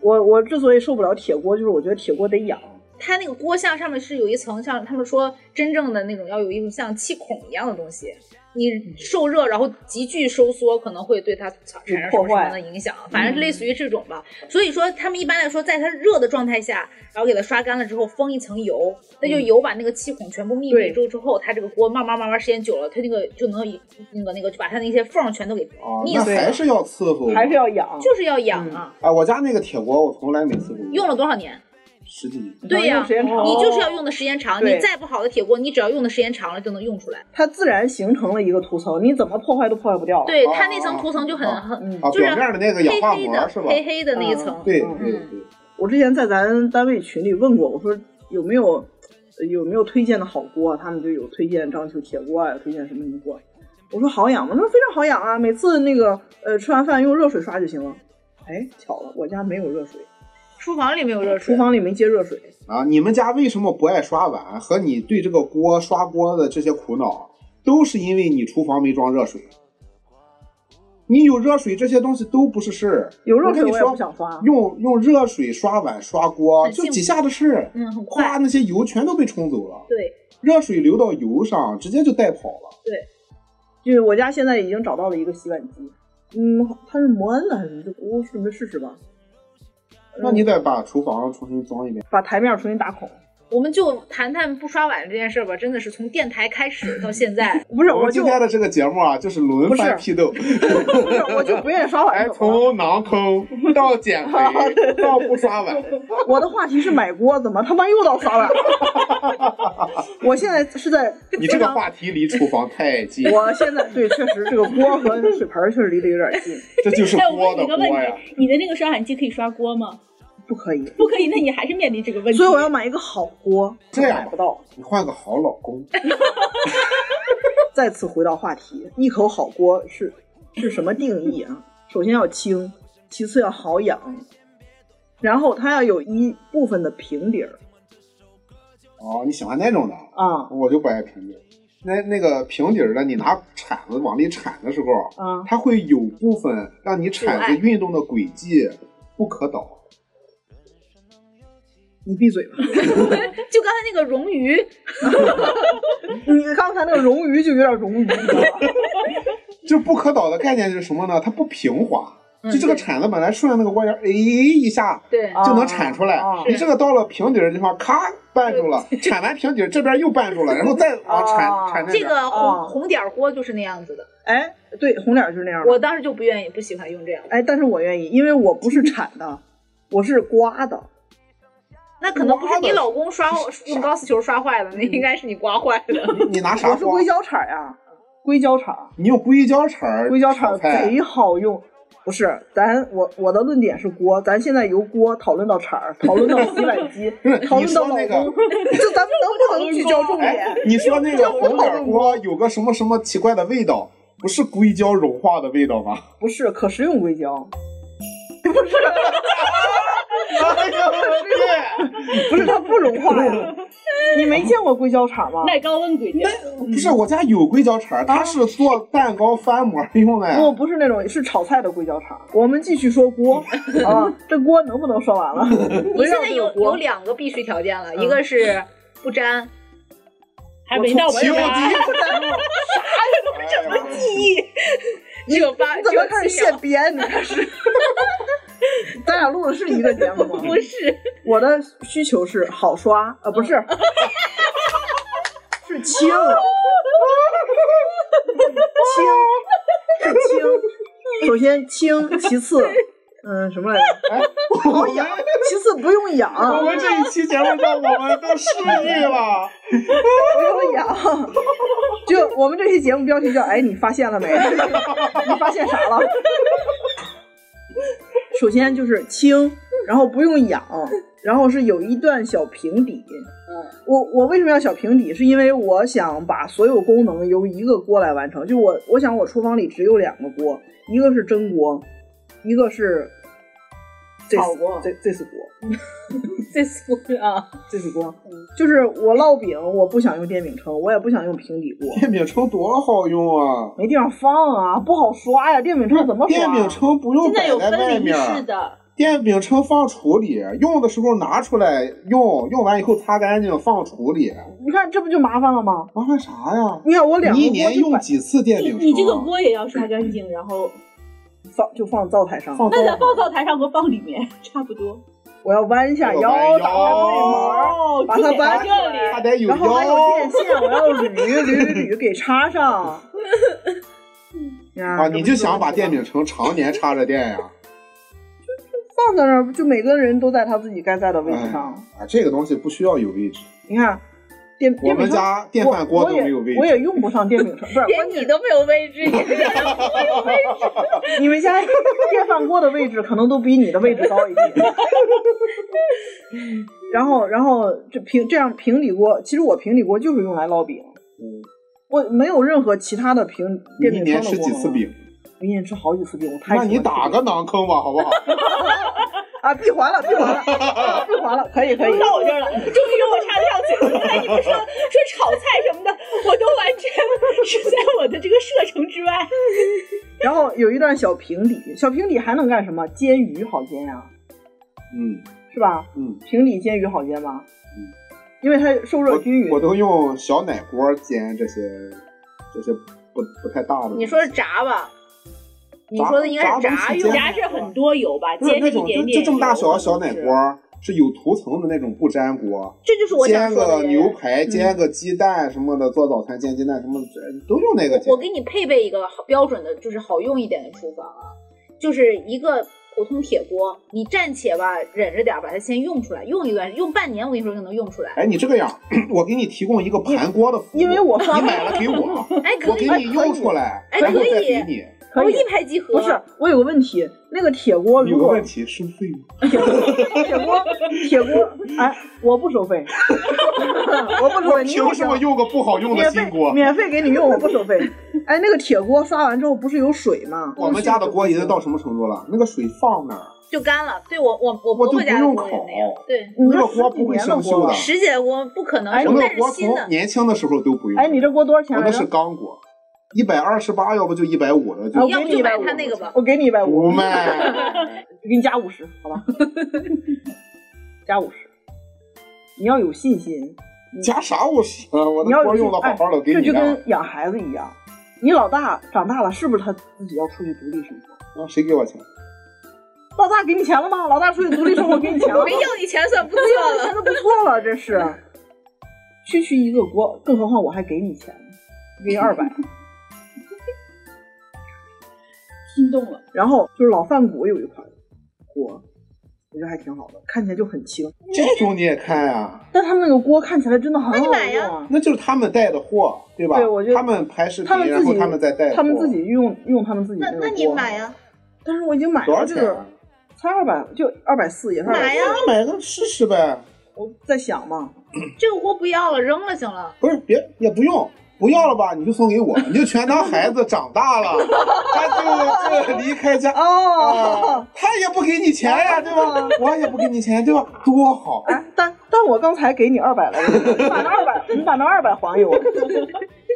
S1: 我我之所以受不了铁锅，就是我觉得铁锅得养，
S2: 它那个锅像上面是有一层像他们说真正的那种要有一种像气孔一样的东西，
S1: 嗯
S2: 你受热然后急剧收缩可能会对它产生什么什
S1: 破坏嗯
S2: 么的影响，反正是类似于这种吧。所以说他们一般来说在它热的状态下，然后给它刷干了之后封一层油，那就油把那个气孔全部密闭
S1: 嗯对
S2: 住之后，它这个锅慢慢慢慢时间久了，它那个就能那个那个就把它那些缝儿全都给
S1: 哦
S3: 啊，
S2: 腻
S3: 那
S2: 死了
S3: 还，是要伺候，
S1: 还是要养。
S2: 就是要
S1: 嗯
S2: 养啊。
S3: 哎，我家那个铁锅我从来没伺候过，
S2: 用了多少年？
S3: 十几年。
S1: 能
S2: 对呀、
S1: 用时间长哦
S2: 你就是要用的时间长。
S1: 对哦
S2: 你再不好的铁锅，你只要用的时间长了就能用出来。
S1: 它自然形成了一个涂层，你怎么破坏都破坏不掉。，
S2: 对，
S3: 哦
S2: 它那层涂层就很
S3: 哦
S2: 很，
S1: 嗯
S3: 啊，
S2: 就是
S3: 表面的那个氧
S2: 黑
S3: 化
S2: 黑
S3: 膜
S2: 的
S3: 是吧？
S2: 黑黑的那一层
S1: 嗯。
S3: 对
S1: 嗯
S3: 对对，
S1: 我之前在咱单位群里问过，我说有没有呃有没有推荐的好锅啊？他们就有推荐章丘铁锅啊，有推荐什么什么锅。我说好养吗？他说非常好养啊，每次那个呃吃完饭用热水刷就行了。哎，巧了，我家没有热水，
S2: 厨房里没有热水，
S1: 厨房里没接热水。
S3: 啊，你们家为什么不爱刷碗？和你对这个锅刷锅的这些苦恼，都是因为你厨房没装热水。你有热水，这些东西都不是事儿。
S1: 有热
S3: 我
S1: 水
S3: 跟你
S1: 我也
S3: 说
S1: 不，想刷。啊
S3: 用用热水刷碗刷锅，
S2: 很
S3: 就
S2: 幸
S3: 几
S2: 福
S3: 下的事儿。
S2: 嗯，很
S3: 哗，
S2: 快。
S3: 那些油全都被冲走了，
S2: 对，
S3: 热水流到油上，直接就带跑了。
S1: 就是我家现在已经找到了一个洗碗机，嗯，它是摩恩的还是什么？就我顺便试试吧，嗯
S3: 那你得把厨房重新装一遍。
S1: 把台面重新打孔。
S2: 我们就谈谈不刷碗这件事吧，真的是从电台开始到
S1: ，
S2: 现在
S1: 不是，
S3: 我
S1: 我
S3: 们
S1: 就
S3: 今天的这个节目啊，就是轮
S1: 不是
S3: 番批斗。
S1: 不是，我就不愿意刷碗
S3: 哎，。
S1: 怎么了
S3: 从囊 坑到减肥到不刷碗，
S1: 我的话题是买锅，怎么他妈又到刷碗？ 我现在是在
S3: 你这个话题离厨房太近，
S1: 我现在对，确实这个锅和水盆儿确实离得有点近，
S3: 这就是
S4: 哎，
S3: 锅
S4: 我问
S3: 的
S4: 你个
S3: 锅
S4: 问
S3: 呀。
S4: 题，你的那个刷碗机可以刷锅吗？
S1: 不可以。
S4: 不可以，那你还是面临这个问题。
S1: 所以我要买一个好锅，
S3: 这样吧
S1: 买不到。
S3: 你换个好老公，
S1: 再次回到话题，一口好锅是是什么定义啊？首先要轻，其次要好养，然后它要有一部分的平底儿
S3: 哦，你喜欢那种的，
S1: 啊
S3: 我就不爱平底儿。那那个平底儿的，你拿铲子往里铲的时候，
S1: 啊，
S3: 它会有部分让你铲
S2: 阻碍
S3: 子运动的轨迹不可导。
S1: 你闭嘴吧！
S2: 就刚才那个溶鱼，
S1: 你刚才那个溶鱼就有点溶鱼了，
S3: 这不可导的概念是什么呢？它不平滑，
S2: 嗯
S3: 就这个铲子本来顺着那个弯沿，哎一下，
S2: 对，
S1: 啊
S3: 就能铲出来。
S1: 啊
S3: 你这个到了平底儿的地方，咔绊住了，铲完平底儿这边又绊住了，然后再往铲、
S1: 啊
S3: 铲那
S2: 这
S3: 边。
S2: 个红
S1: 哦
S2: 红点儿锅就是那样子的。
S1: 哎，对，红脸儿就是那样的。
S2: 我当时就不愿意，不喜欢用这样的。
S1: 哎，但是我愿意，因为我不是铲的，我是刮的。
S2: 那可能不是
S3: 刮
S2: 你
S3: 的
S2: 老公刷用钢丝球刷坏的，那应该是你刮坏 的。
S3: 你你拿啥
S1: 我是
S3: 刮？
S1: 硅胶铲呀、硅胶铲，
S3: 你用硅胶铲儿
S1: 硅胶
S3: 炒
S1: 铲
S3: 菜，
S1: 贼好用。不是，咱我我的论点是锅，咱现在由锅讨论到铲儿，讨论到洗碗机
S3: 不是，
S1: 讨
S3: 你
S1: 论到
S3: 说
S1: 老公，
S3: 那个
S1: 这咱们能不能聚焦重
S3: 哎
S1: 点？，
S3: 你说那个红点儿锅有个什么什么奇怪的味道，不是硅胶融化的味道吗？
S1: 不是，可食用硅胶。
S3: 哎呦我的
S1: 不是它不融化 呀。你没见过硅胶铲吗？
S4: 耐高温硅胶，
S1: 嗯
S3: 天！不是我家有硅胶铲儿，它是做蛋糕翻模用的
S1: 不，
S3: 呀。
S1: 不是那种，是炒菜的硅胶铲。我们继续说锅啊，这锅能不能啊说完了？
S2: 你
S1: 围
S2: 现
S1: 绕
S2: 在
S1: 这个
S2: 有有
S1: 锅，
S2: 两个必须条件了，
S1: 嗯
S2: 一个是不粘，
S4: 还没到我
S3: 题目 第
S4: 家。
S3: 一不哎
S2: 只有八，
S1: 你
S2: 只
S1: 怎
S2: 有
S1: 么开始
S2: 七秒
S1: 现编？你这是？ 咱俩录的是一个节目吗？
S2: 不是，
S1: 我的需求是好刷啊， 不是，是轻，轻，是轻。首先轻，其次，嗯，什么来着？
S3: 哎，我们
S1: 其次不用养，
S3: 我们这一期节目让我们都失忆 了。
S1: 不用养。就我们这期节目标题叫“ 哎，你发现了没？你发现啥 了？”首先就是轻，然后不用养，然后是有一段小平底。
S4: 嗯
S1: 我我为什么要小平底？是因为我想把所有功能由一个锅来完成。就我我想我厨房里只有两个锅，一个是蒸锅，一个是这
S4: 炒锅
S1: 这这次锅。
S2: 这次不是啊，
S1: 这是锅，
S4: 嗯
S1: 就是我烙饼，我不想用电饼铛，我也不想用平底锅，
S3: 电饼铛多好用啊！
S1: 没地方放啊，不好刷呀、电饼铛怎么刷、啊
S3: 电饼，铛不用
S4: 现在
S3: 摆
S4: 有
S3: 在外
S4: 分离
S3: 面，
S4: 式的，
S3: 电饼铛放橱里，用的时候拿出来用，用完以后擦干净放橱里。
S1: 你看这不就麻烦了吗？
S3: 麻烦啥呀？
S1: 你看我两个
S3: 你一
S1: 锅
S3: 年
S1: 就
S3: 用
S1: 摆
S3: 几次电
S4: 你
S3: 饼铛？
S4: 你这个锅也要刷干净，然后
S1: 放就放灶台上，
S3: 放
S4: 那咱
S3: 灶
S4: 放灶台上和放里面差不多。
S1: 我要弯下
S3: 我
S1: 腰
S3: 弯腰
S1: 打开内门，把它
S4: 哦，重点在
S1: 搬出
S4: 这
S1: 来
S4: 里
S3: 它。得有
S1: 然后还有
S3: 腰
S1: 电线，我要捋捋捋给插上。
S3: 啊！
S1: 啊
S3: 你就想把电饼铛常年插着电呀？
S1: 放在那儿，就每个人都在他自己该在的位置上。
S3: 啊，这个东西不需要有位置。
S1: 哎你看，电
S3: 我
S1: 电饼
S3: 们
S1: 铛，
S3: 家电饭锅
S1: 我
S3: 都没有位
S1: 我也，我
S3: 置，
S1: 也用不上电饼铛，不是
S2: 连你都没有位置，你
S1: 你们家电饭锅的位置可能都比你的位置高一点。然后，然后这平这样平底锅，其实我平底锅就是用来烙饼，
S3: 嗯
S1: 我没有任何其他的平
S3: 你
S1: 电
S3: 嗯
S1: 饼
S3: 一年
S1: 铛的
S3: 吃
S1: 锅
S3: 几次
S1: 了？
S3: 饼？
S1: 我一年吃好几次饼，我太喜
S3: 那
S1: 欢
S3: 你
S1: 吃
S3: 打
S1: 饼
S3: 个馕坑吧，好不好？
S1: 啊，闭环了，闭 环了，闭环了，可以可以。
S4: 到我这儿 了，终于我插得上嘴了。刚才你们 说说炒菜什么的，我都完全 是在我的这个射程之外。
S1: 然后有一段小平底，小平底还能干什么？煎鱼好煎呀、
S3: 嗯
S1: 是吧？
S3: 嗯，
S1: 平底煎鱼好煎吗？
S3: 嗯，
S1: 因为它受热均匀
S3: 我。我都用小奶锅煎这些这些不不太大的。
S2: 你说是炸吧？你说的应该是炸用，
S4: 炸是很多油吧，
S3: 不是
S4: 煎
S3: 那
S4: 是一
S3: 种就
S4: 点
S3: 就
S4: 点。
S3: 这么大小的小奶锅，，是有涂层的那种不粘锅，
S2: 这就是我想
S3: 煎
S2: 说
S3: 个
S2: 的嗯
S3: 牛。排、煎个鸡蛋什么的，做早餐煎鸡蛋什么的，哎都用那个煎
S2: 我。给你配备一个好标准的，就是好用一点的厨房啊，就是一个普通铁锅，你暂且吧忍着点儿，把它先用出来，用一段，用半年，我跟你说就能用出来。
S3: 哎，你这个样， 我给你提供一个盘锅的服务，
S1: 因为我刷
S3: 你买了给我，
S2: 哎，
S3: 我
S2: 可
S3: 给
S2: 以，
S3: 你用出来，
S2: 哎
S3: 然后
S2: 可以
S3: 再给你。
S2: 我
S1: 可以
S2: 一拍即合。
S1: 不是，我有个问题，那个铁锅
S3: 有
S1: 如
S3: 个
S1: 果
S3: 问题，收费吗？
S1: 铁锅，铁锅，哎，我不收费， 我不收费，你用
S3: 凭什么用个不好用的
S1: 免
S3: 新
S1: 费
S3: 锅？
S1: 免费给你用，我不收费。哎，那个铁锅刷完之后不是有水吗？
S3: 我们家的锅已经到什么程度了？那个水放那儿，
S2: 就干了。对我我我
S3: 我
S2: 婆婆
S3: 都不
S2: 家的
S3: 用
S2: 锅也
S3: 烤
S2: 没。有。对，
S1: 你这
S3: 那个锅不会生锈的啊
S1: 十几年
S2: 十姐锅不可能
S1: 哎
S2: 是，
S3: 我那
S2: 但
S3: 个锅
S2: 是新
S3: 从
S2: 的。
S3: 年轻的时候都不用。
S1: 哎，你这锅多少钱
S3: 我
S1: 来
S3: 那是
S1: 着？哎
S3: 钢锅，一百二十八，要不就一百五了，就
S1: 我
S2: 要
S1: 给
S2: 不
S1: 你哦
S2: 就
S1: 一百
S2: 买
S1: 五，
S2: 他那个吧。
S1: 我给你一百五，
S3: 不 卖。
S1: 给你加五十，好吧？加五十，你要有信心，
S3: 加啥五十啊？我
S1: 你要有
S3: 那锅
S1: 信
S3: 用的好好的，给
S1: 这
S3: 你
S1: 就
S3: 啊
S1: 跟养孩子一样。你老大长大了，是不是他自己要出去独立生活？
S3: 啊谁给我钱？
S1: 老大给你钱了吗？老大出去独立生活给你钱了吗
S2: 没？要你钱算不错
S1: 这
S2: 了。
S1: 都不错了，这是。区区一个国，更何况我还给你钱，给你二 百。
S4: 心动了。
S1: 然后就是老饭骨有一款锅，我觉得还挺好的，看起来就很轻，
S3: 这种你也看呀？
S1: 但他们那个锅看起来真的很好
S2: 那你
S1: 用
S2: 买呀
S1: 啊。
S3: 那就是他们带的货，对吧？
S1: 对我觉得
S3: 他们拍视频，
S1: 他们
S3: 然
S1: 自
S3: 后
S1: 己，
S3: 他们再带货。
S1: 他们自己用用他们自己
S2: 那
S1: 个
S2: 那你
S1: 锅
S2: 买？啊呀，
S1: 但是我已经买
S3: 多少
S1: 了这
S3: 钱
S1: 个
S3: 啊？，
S1: 才二百，就二百四，也是240
S2: 买呀，
S3: 那买个试试呗。
S1: 我在想嘛，
S2: 这个锅不要了，扔了行了。
S3: 不是别也不用，不要了吧，你就送给我，你就全当孩子长大了，他就这离开家。
S1: 哦，
S3: 啊，他也不给你钱呀，对吧？我也不给你钱，对吧？多好！
S1: 哎，但但我刚才给你二百来着，你把那二百，你把那二百还给我。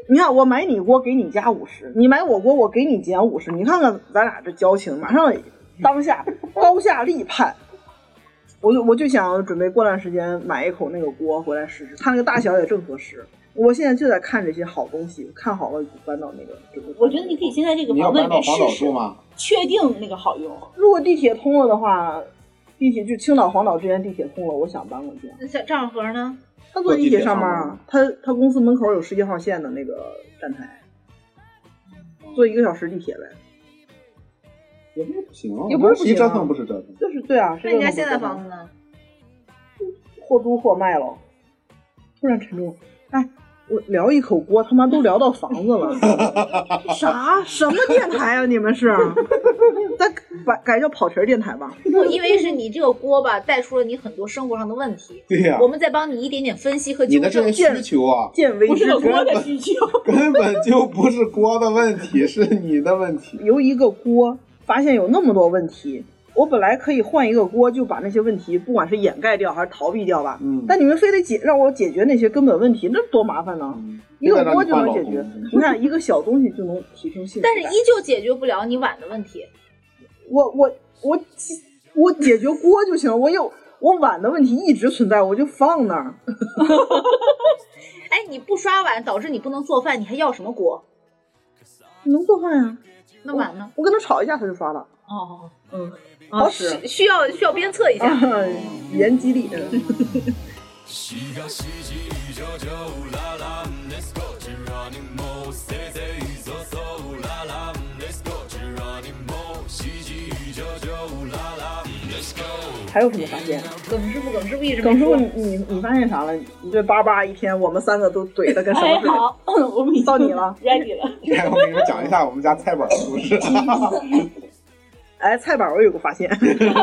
S1: 你看，我买你锅给你加五十，你买我锅我给你减五十，你看看咱俩这交情，马上当下高下立判。我就我就想准备过段时间买一口那个锅回来试试，它那个大小也正合适。我现在就在看这些好东西，看好了搬到那个。
S4: 我觉得你可以先在这个
S3: 你要
S4: 房子里
S3: 搬到
S4: 面
S3: 黄岛
S4: 试
S3: 住
S4: 试，
S3: 吗？
S4: 确定那个好用。
S1: 如果地铁通了的话，地铁就青岛黄岛之间地铁通了，我想搬过去。啊
S2: 那小账盒呢？
S1: 他坐地铁上班啊，他他公司门口有十一号线的那个站台，坐一个小时地铁呗。
S3: 也不是不行，
S1: 也不是不行啊
S3: 谁折腾不是折腾。
S1: 就是对啊，
S2: 那你家现在房子呢？
S1: 或租或卖喽。突然沉重，哎，我聊一口锅，他妈都聊到房子了， 啥什么电台啊？你们是？ 咱改改叫跑题儿电台吧。
S2: 不，因为是你这个锅吧，带出了你很多生活上的问题，
S3: 对呀
S2: 我，们在帮你一点点分析和
S3: 你
S2: 纠
S3: 的这
S2: 正
S3: 个。需求啊，
S1: 见微
S4: 不
S1: 知
S4: 是我
S1: 著，
S4: 的需 求，
S3: 根本就不是锅的问题，是你的 问题。
S1: 由一个锅发现有那么多问题。我本来可以换一个锅，就把那些问题，不管是掩盖掉还是逃避掉吧。
S3: 嗯
S1: 但你们非得解让我解决那些根本问题，那多麻烦
S3: 嗯
S1: 呢！一个锅就能解决，你看一个小东西就能提升幸福
S2: 但
S1: 感。
S2: 是依旧解决不了你碗的问题。
S1: 我我我解我解决锅就行，我有我碗的问题一直存在，我就放那儿。
S2: 哎，你不刷碗，导致你不能做饭，你还要什么锅？
S1: 能做饭啊呀、
S2: 那碗呢？
S1: 我跟他吵一架，他就刷了。
S2: 哦，
S1: 嗯，
S2: 哦，
S1: 好
S2: 需
S1: 使，
S2: 需要需要鞭策一下。
S1: 啊 言激励。嗯
S5: 西がしじりじょじょうららんですこちらにもせいぜいぞそうららんですこちらにもしじりじょじょうららんですこ
S1: 还有什么发现？
S2: 耿师傅，耿师傅一直
S1: 耿
S2: 没
S1: 师傅，
S2: 说。
S1: 你你你发现啥了？你这叭叭一天，我们三个都怼的跟什
S4: 哎
S1: 么似的。
S4: 好，我们已经
S1: 到你了
S4: ，ready 了。
S3: 来，哎我给你们讲一下我们家菜板的故事。
S1: 哎，菜板儿我有个发现，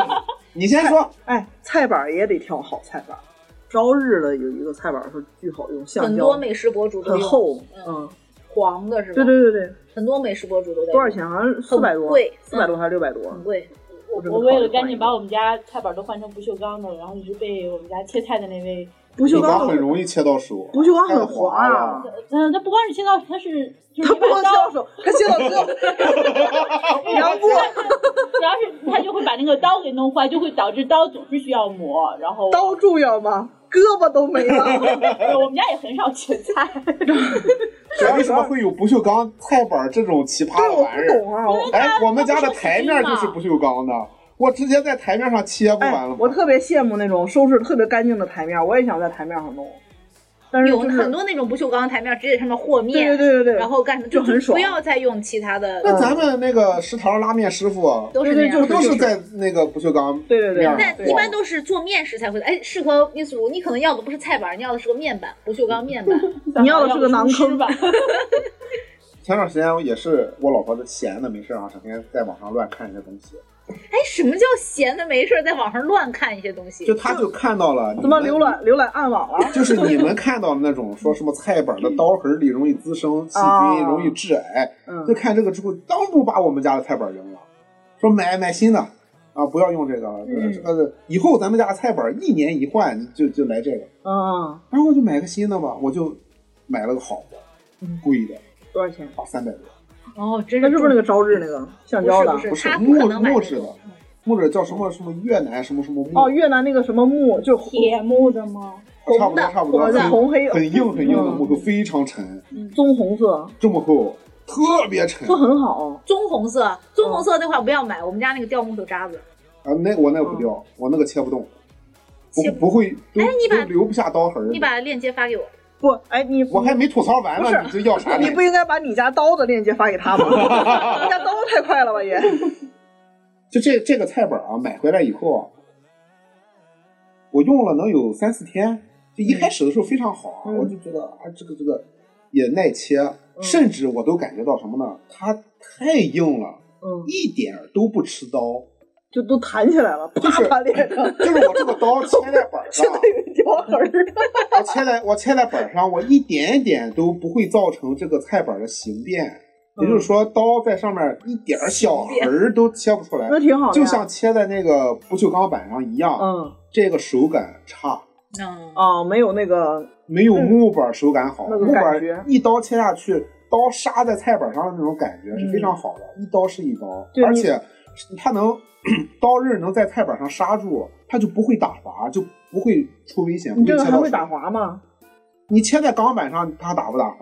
S3: 你先说，
S1: 哎，菜板儿也得挑好菜板儿。朝日的有一个菜板儿说巨好用，橡
S2: 很
S1: 胶
S2: 多美食博主都
S1: 很
S2: 有
S1: 厚，
S2: 嗯
S1: 嗯，
S2: 黄的是吧？
S1: 对，对对对，
S2: 很多美食博主都在。
S1: 多少？钱？好像四百多，
S2: 贵嗯
S1: 四百多还是六百多？
S2: 很贵。
S1: 我真的
S4: 我为
S1: 考虑
S4: 了赶
S1: 换
S4: 紧
S1: 一
S4: 把我们家菜板都换成不锈钢的，然后一直被我们家切菜的那位，
S1: 个不
S3: 不
S1: 锈
S3: 光
S1: 钢
S3: 很
S1: 的
S3: 容易切到手，
S1: 不锈钢很
S3: 滑
S1: 滑啊，
S4: 嗯，他不光是切到，他是就是
S1: 它
S4: 一
S1: 不
S4: 把
S1: 光切
S4: 刀
S1: 到，手，它切到 胳杨过
S4: 主要是他就会把那个刀给弄坏，就会导致刀总是需要磨，然后
S1: 刀重要吗？胳膊都没 了。
S4: 我们家也很少切 菜，
S3: 哎为什么会有不锈钢菜板这种奇葩
S1: 对，
S3: 的
S1: 我
S3: 玩意
S1: 不
S3: 儿？
S1: 懂啊，我
S3: 哎，我们家的台面就是不锈钢的，我直接在台面上切不完
S1: 哎
S3: 了，
S1: 我
S3: 吗？
S1: 特别羡慕那种收拾特别干净的台面，我也想在台面上弄，但是
S2: 有
S1: 就是
S2: 很多那种不锈钢台面，直接上面和面，
S1: 对对对对对，
S2: 然后干什么
S1: 就很爽
S2: 不要再用其他的，
S3: 那咱们那个食堂拉面师傅啊
S2: 都是那
S1: 对对
S2: 样
S1: 就
S2: 的。
S3: 都是在那个不锈钢
S1: 对对对
S3: 面儿
S2: 但一般都是做面食才会的。哎，适合秘书，你可能要的不是菜板，你要的是个面板，不锈钢 面板。
S1: 你要的是个
S4: 要
S1: 馕
S4: 厨师
S1: 坑
S4: 吧？
S3: 前段时间我也是我老婆的闲的没事儿啊，整天在网上乱看一些东西，
S2: 哎，什么叫闲的没事儿在网上乱看一些东西
S3: 就？她就看到了你
S1: 怎么
S3: 们
S1: 浏览浏览暗网了？
S3: 就是你 们看到的那种说什么菜板的刀痕里容易滋生细菌，
S1: 啊
S3: 容易致癌，
S1: 嗯
S3: 就看这个之后，当不把我们家的菜板扔了，说买买新的啊，不要用这个了，
S2: 嗯
S3: 这个以后咱们家的菜板一年一换，就就来这个，
S1: 啊，
S3: 然后我就买个新的吧，我就买了个好的，
S1: 嗯
S3: 贵的，
S1: 多少钱？
S3: 花三百多，
S2: 哦，真
S1: 那是不是那
S2: 个
S1: 个招致那个橡胶的
S2: 不？是
S3: 不是
S2: 他不可
S3: 木
S2: 能买
S3: 木
S2: 那
S3: 质的
S2: 种。嗯
S3: 或者叫什么什么越南什么什么木，
S1: 哦，越南那个什么木，就
S4: 铁木的吗？
S3: 差不多
S2: 红的
S3: 差不多，
S2: 红的
S3: 很
S1: 红黑
S3: 很硬很硬的
S1: 嗯
S3: 木头，非常沉，
S1: 棕红色，
S3: 这么厚，特别沉
S1: 这很好。
S2: 棕红色，棕
S1: 嗯
S2: 红色那块不要买，我们家那个掉木头渣子。
S3: 啊，那我那个不掉，我那个切不动，不
S2: 切不
S3: 不会，都
S2: 哎你把
S3: 都留不下刀
S1: 嗯
S3: 痕儿。
S2: 你把链接发给我。
S1: 不，哎，你
S3: 我还没吐槽完
S1: 不
S3: 呢，
S1: 是
S3: 你就要啥
S1: 你
S3: 脸
S1: 不？应该把你家刀的链接发给 他吗？你家刀太快了吧也。
S3: 就这这个菜板啊，买回来以后啊，我用了能有三四天，就一开始的时候非常好啊，
S1: 嗯
S3: 我就觉得啊，这个这个也耐切，甚至我都感觉到什么呢？它太硬了，
S1: 嗯
S3: 一点儿都不吃刀。
S1: 就都弹起来了，啪
S3: 就是
S1: 啪脸上，
S3: 就是我这个刀切在板儿上
S1: 现，在有一条痕儿。
S3: 我切在我切在板儿上，我一点一点都不会造成这个菜板儿的形变。也就是说，刀在上面一点儿小痕儿都切不出来，
S1: 那挺好的呀
S3: 就像切在那个不锈钢板上一样。
S1: 嗯
S3: 这个手感差，
S2: 嗯，
S1: 啊，没有那个
S3: 没有木板手感好。
S1: 那个
S3: 木
S1: 感觉
S3: 板一刀切下去，刀杀在菜板上的那种感觉是非常好的，一刀是一刀，
S1: 嗯对
S3: 而
S1: 你
S3: 且它能 刀刃能在菜板上刹住，它就不会打滑，就不会出危险。
S1: 你
S3: 不
S1: 这个
S3: 切
S1: 还
S3: 到
S1: 会
S3: 手
S1: 打滑吗？
S3: 你切在钢板上，它打不打滑？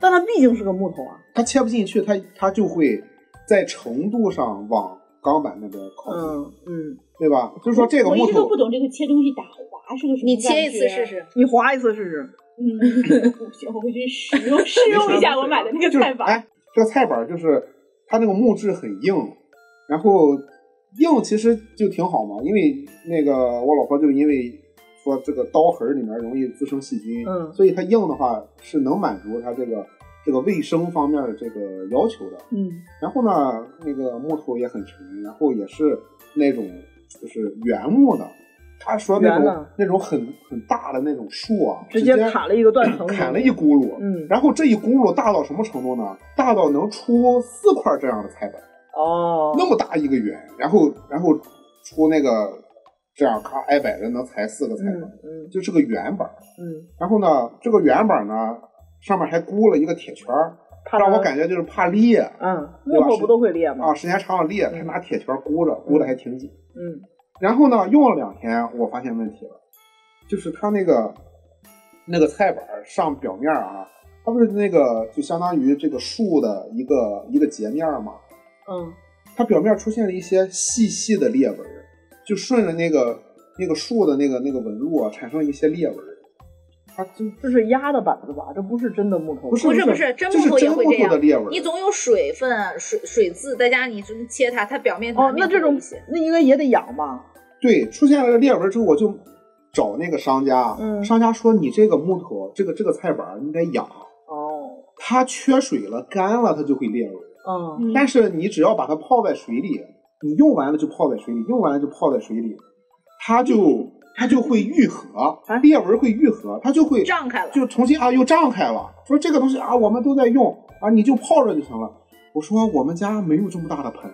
S1: 但它毕竟是个木头啊。
S3: 它切不进去，它它就会在程度上往钢板那边靠近，
S1: 嗯嗯，
S3: 对吧？就是说这个
S4: 我
S3: 木
S4: 一直都
S3: 头
S4: 不，懂这个切东西打滑是个什么
S2: 你切一
S4: 感觉
S2: 次试。试，
S1: 你划一次试试。
S4: 嗯，不行，我回去使用试用一下我买的那个
S3: 就是
S4: 菜板。
S3: 哎，这个菜板就是它那个木质很硬，然后硬其实就挺好嘛，因为那个我老婆就因为说这个刀痕里面容易滋生细菌，
S1: 嗯
S3: 所以它硬的话是能满足它这个这个卫生方面的这个要求的。
S1: 嗯
S3: 然后呢，那个木头也很沉，然后也是那种就是原木的。他说那
S1: 圆
S3: 种
S1: 的
S3: 那种很很大的那种树啊，
S1: 直
S3: 直
S1: 接砍了一个断层
S3: 砍了一轱辘。
S1: 嗯
S3: 然后这一轱辘大到什么程度呢？大到能出四块这样的菜板，
S1: 哦
S3: 那么大一个圆，然后然后出那个这样咔挨摆着能裁四个菜板，
S1: 嗯嗯
S3: 就这个圆板。
S1: 嗯，
S3: 然后呢，这个圆板呢上面还箍了一个铁圈儿，
S1: 怕
S3: 让
S1: 它
S3: 我感觉就是怕裂。
S1: 嗯，
S3: 对
S1: 木
S3: 吧
S1: 头不都会裂吗
S3: 啊，？时间长了裂，他拿铁圈箍着，箍的还挺紧。
S1: 嗯
S3: 然后呢，用了两天，我发现问题了，就是它那个那个菜板儿上表面啊，它不是那个就相当于这个树的一个一个截面儿嘛，
S1: 嗯
S3: 它表面出现了一些细细的裂纹儿，就顺着那个那个树的那个那个纹路啊，产生了一些裂纹儿。它就
S1: 这是压的板子吧？这不是真的木头吧，
S3: 不是
S2: 不是不是
S3: 是，
S2: 真
S3: 这
S2: 木
S3: 是
S2: 头也
S3: 真
S2: 会
S3: 木
S2: 这
S3: 头的
S2: 样
S3: 裂纹儿。
S2: 你总有水分啊、水水渍，再加上你这么切它，它表面
S1: 哦，那这种
S2: 些
S1: 那应该也得养吧？
S3: 对，出现了裂纹之后，我就找那个商家，
S1: 嗯
S3: 商家说你这个木头，这个这个菜板儿你得养，
S1: 哦，
S3: 它缺水了、干了，它就会裂纹。
S1: 嗯，
S4: 嗯
S3: 但是你只要把它泡在水里，你用完了就泡在水里，用完了就泡在水里，它就它就会愈合，裂纹会愈合，它就会
S2: 胀开了，
S3: 就重新啊又胀开了。说这个东西啊，我们都在用啊，你就泡着就行了。我说我们家没有这么大的盆，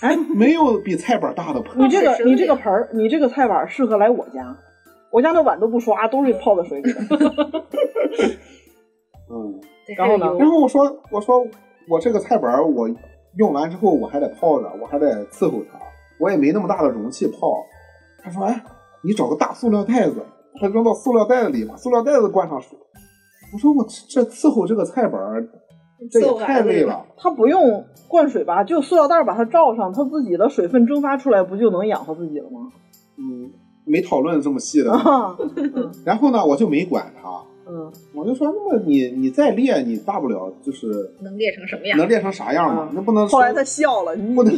S3: 哎，没有比菜板大的盆。
S1: 你这
S2: 那
S1: 个
S2: 是
S1: 你这个盆儿，你这个菜板儿适合来我家，我家的碗都不刷，都是泡在水里的。
S3: 嗯，
S2: 对
S1: 然后呢
S2: 还有
S3: 然
S2: 油
S3: 后我说我说我这个菜板儿我用完之后我还得泡着，我还得伺候它，我也没那么大的容器泡。他说哎，你找个大塑料袋子，他扔到塑料袋子里，把塑料袋子灌上水。我说我这这伺候这个菜板儿，这
S2: 伺
S3: 也
S2: 候
S3: 太累了。
S1: 它不用灌水吧？就塑料袋儿把它罩上，它自己的水分蒸发出来，不就能养活自己了吗？
S3: 嗯，没讨论这么细的。
S1: 啊，
S3: 然后呢，我就没管他，
S1: 嗯，
S3: 我就说那么你你再练，你大不了就是
S2: 能裂成什么样？
S3: 能练成啥样嘛
S1: 嗯，
S3: 那不能
S1: 后
S3: 说
S1: 来他笑了，你
S3: 不能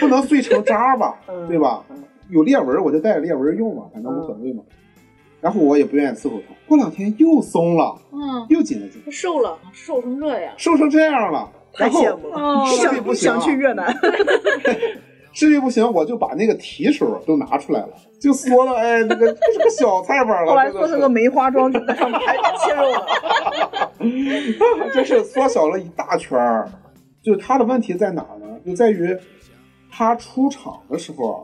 S3: 不能碎成渣儿吧，
S1: 嗯
S3: 对吧？有裂纹儿我就带着裂纹儿用嘛，反正无所谓嘛。然后我也不愿意伺候它，过两天又松了，
S2: 嗯，
S3: 又紧了紧，
S2: 瘦了，瘦成这样，
S3: 瘦成这样了，
S1: 太
S3: 然后
S1: 羡慕了，
S4: 哦
S3: 视力不
S1: 想想
S3: 行啊
S1: 去越南，
S3: 视力不行，我就把那个提手都拿出来了，就缩了，哎，那个这是个小菜板了，
S1: 后来
S3: 真
S1: 说
S3: 的
S1: 他 个梅花桩就在上面还切肉呢。
S3: 是，真是缩小了一大圈儿。就是它的问题在哪儿呢？就在于它出厂的时候，啊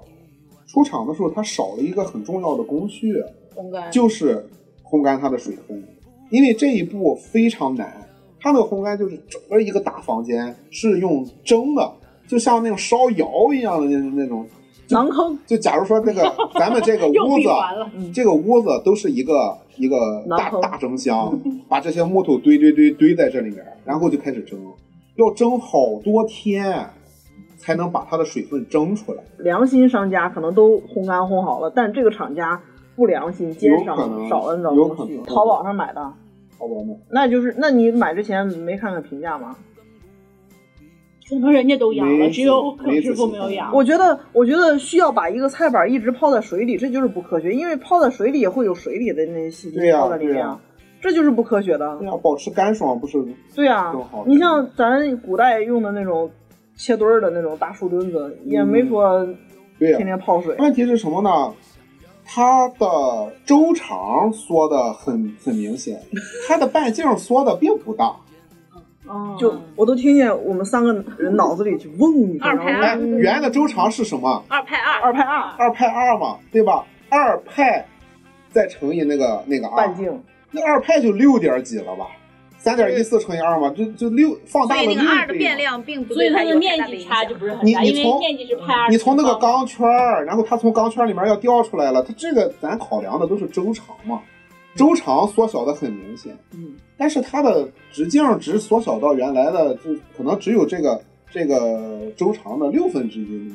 S3: 出厂的时候它少了一个很重要的工序，
S2: 烘
S4: 嗯
S2: 干。
S3: 就是烘干它的水分，因为这一步非常难。它那个烘干就是整个一个大房间是用蒸的，就像那种烧窑一样的那那种。
S1: 囊坑
S3: 就假如说 那个咱们这个
S4: 又
S3: 屋
S4: 闭环了嗯
S3: 子，啊这个屋子都是一个一个
S1: 囊
S3: 大
S1: 坑
S3: 大蒸箱，把这些木头堆堆堆堆在这里面，然后就开始蒸，要蒸好多天才能把它的水分蒸出来。
S1: 良心商家可能都烘干烘好了，但这个厂家不良心，奸
S3: 有可能
S1: 商少了那道
S3: 有
S1: 工序
S3: 可能。
S1: 淘宝上买的，
S3: 好吧，那
S1: 那就是那你买之前没看看评价吗？
S4: 可能人家都养了，
S3: 没
S4: 只有
S3: 没
S4: 耿师傅没有养。
S1: 我觉得，我觉得需要把一个菜板一直泡在水里，这就是不科学，因为泡在水里也会有水里的那些细
S3: 对
S1: 菌
S3: 呀
S1: 泡在里
S3: 对啊
S1: 面，啊
S3: 呀
S1: 这就是不科学的
S3: 对。呀，保持干爽不是
S1: 对呀、啊
S3: 更好
S1: 你像咱古代用的那种切墩儿的那种大树墩子，也没说
S3: 嗯对啊呀、
S1: 天天泡水。
S3: 问题是什么呢？它的周长缩的很很明 显，它的半径缩的并不大。
S2: 啊
S4: 哦
S1: 就我都听见我们三个人脑子里去嗡，
S2: 二拍
S1: 然
S3: 哎，
S1: 后
S3: 原来的周长是什么？
S2: 二派二，
S1: 二拍二
S3: 二派二嘛，对吧？二派再乘以那个那个二
S1: 半，径，
S3: 那二派就六点几了吧？三点一四乘以二嘛，就就六放
S2: 所
S3: 大了
S2: 以那
S3: 六倍
S2: 个二的变
S3: 嘛。
S2: 量并不
S4: 所
S2: 对
S4: 以它的
S2: 有太
S4: 面
S2: 大的
S4: 积
S2: 影
S4: 差
S2: 响
S4: 就不是很
S3: 你
S4: 大，
S3: 你
S4: 因为
S3: 从
S4: 面积是派二。
S3: 你从那个钢圈儿，然后它从钢圈里面要掉出来了，它这个咱考量的都是周长嘛，周长缩小的很明显，
S1: 嗯，
S3: 但是它的直径只缩小到原来的，就可能只有这个这个周长的六分之一，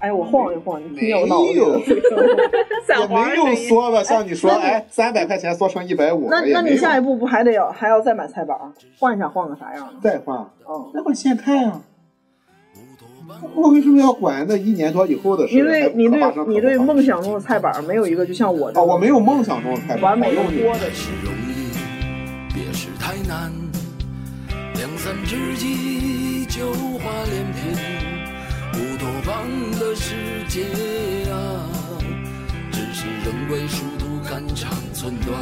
S1: 哎，我晃悠一晃，你听
S3: 没
S1: 见
S3: 有
S1: 我脑子里有
S2: 散
S3: 也
S2: 黄
S3: 没有
S2: 的
S3: 缩的，像你说，
S1: 那你
S3: 哎，三百块钱缩成一百五
S1: 那
S3: 了，也
S1: 那
S3: 没
S1: 你
S3: 有
S1: 下一步不还得要还要再买菜板儿换一下，换个啥样的？
S3: 再换，
S1: 嗯，
S3: 那换现太啊。我为什么要管那一年多以后的事？
S1: 你对你
S3: 还
S1: 对
S3: 可发生
S1: 你对
S3: 可不发生
S1: 梦想中的菜板儿没有一个就像我这
S3: 哦，我
S1: 种
S3: 没有梦想中的太
S1: 完美的
S3: 用你。
S1: 锅的，
S5: 是容易，别是太难。两三知己就花连篇，不多棒的世界啊，只是人为殊途肝肠寸断。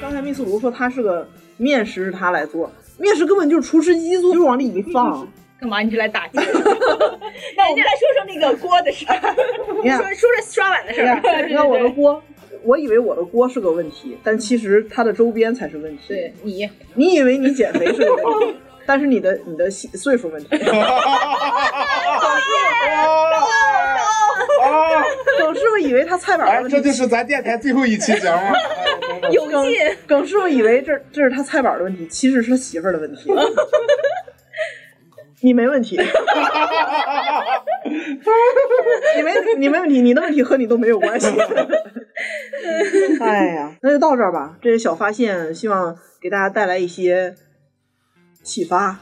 S1: 刚才密斯卢说他是个面食，是他来做，面食根本就是厨师机做，就是往里一放。
S2: 干嘛？你就来打击我？
S4: 那我们来说说那个锅的事儿。
S1: 你看
S2: 说，说着刷碗的事
S1: 你
S3: 啊
S2: 儿，
S1: 看，你看我的锅，我以为我的锅是个问题，但其实它的周边才是问题。
S2: 对，你
S1: 你以为你减肥是个问 题，但是你的你的岁岁数问题，
S3: 啊！
S1: 耿师傅以为他菜板儿
S3: 哎，
S1: 的
S3: 这
S1: 问
S3: 就
S1: 题，
S3: 是咱电台最后一期节目。
S2: 有劲。
S1: 耿师傅以为这这是他菜板儿的问题，其实是他媳妇儿的问题。 你没问题，你没你没问题，你的问题和你都没有关系。哎呀，那就到这儿吧。这些小发现，希望给大家带来一些启发。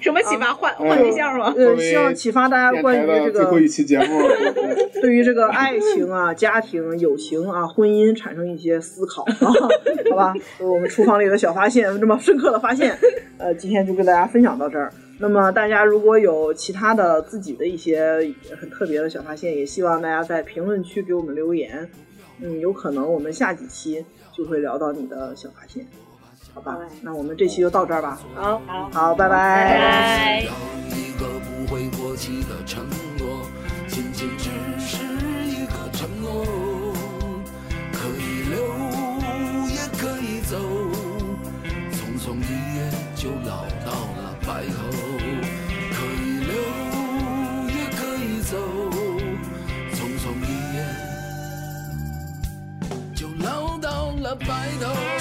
S2: 什么启发换
S3: 嗯
S2: 换对象吗？
S1: 呃，希望启发大家
S3: 电
S1: 关于
S3: 台
S1: 这
S3: 的最
S1: 个
S3: 后一期节目，
S1: 对于这个爱情啊、家庭、友情啊、婚姻产生一些思考啊，好吧？就是我们厨房里的小发现，这么深刻的发现，呃，今天就跟大家分享到这儿。那么大家如果有其他的自己的一些很特别的小发现，也希望大家在评论区给我们留言。嗯，有可能我们下几期就会聊到你的小发现，好吧？那我们这期就到这儿吧。
S4: 好，好。
S2: 嗯
S1: 好，拜拜。
S2: 拜。
S5: 要一个不会过期的承诺，仅仅只是一个承诺，可以留也可以走，匆匆一夜就老到了白头，可以留也可以走，匆匆一夜就老到了白头。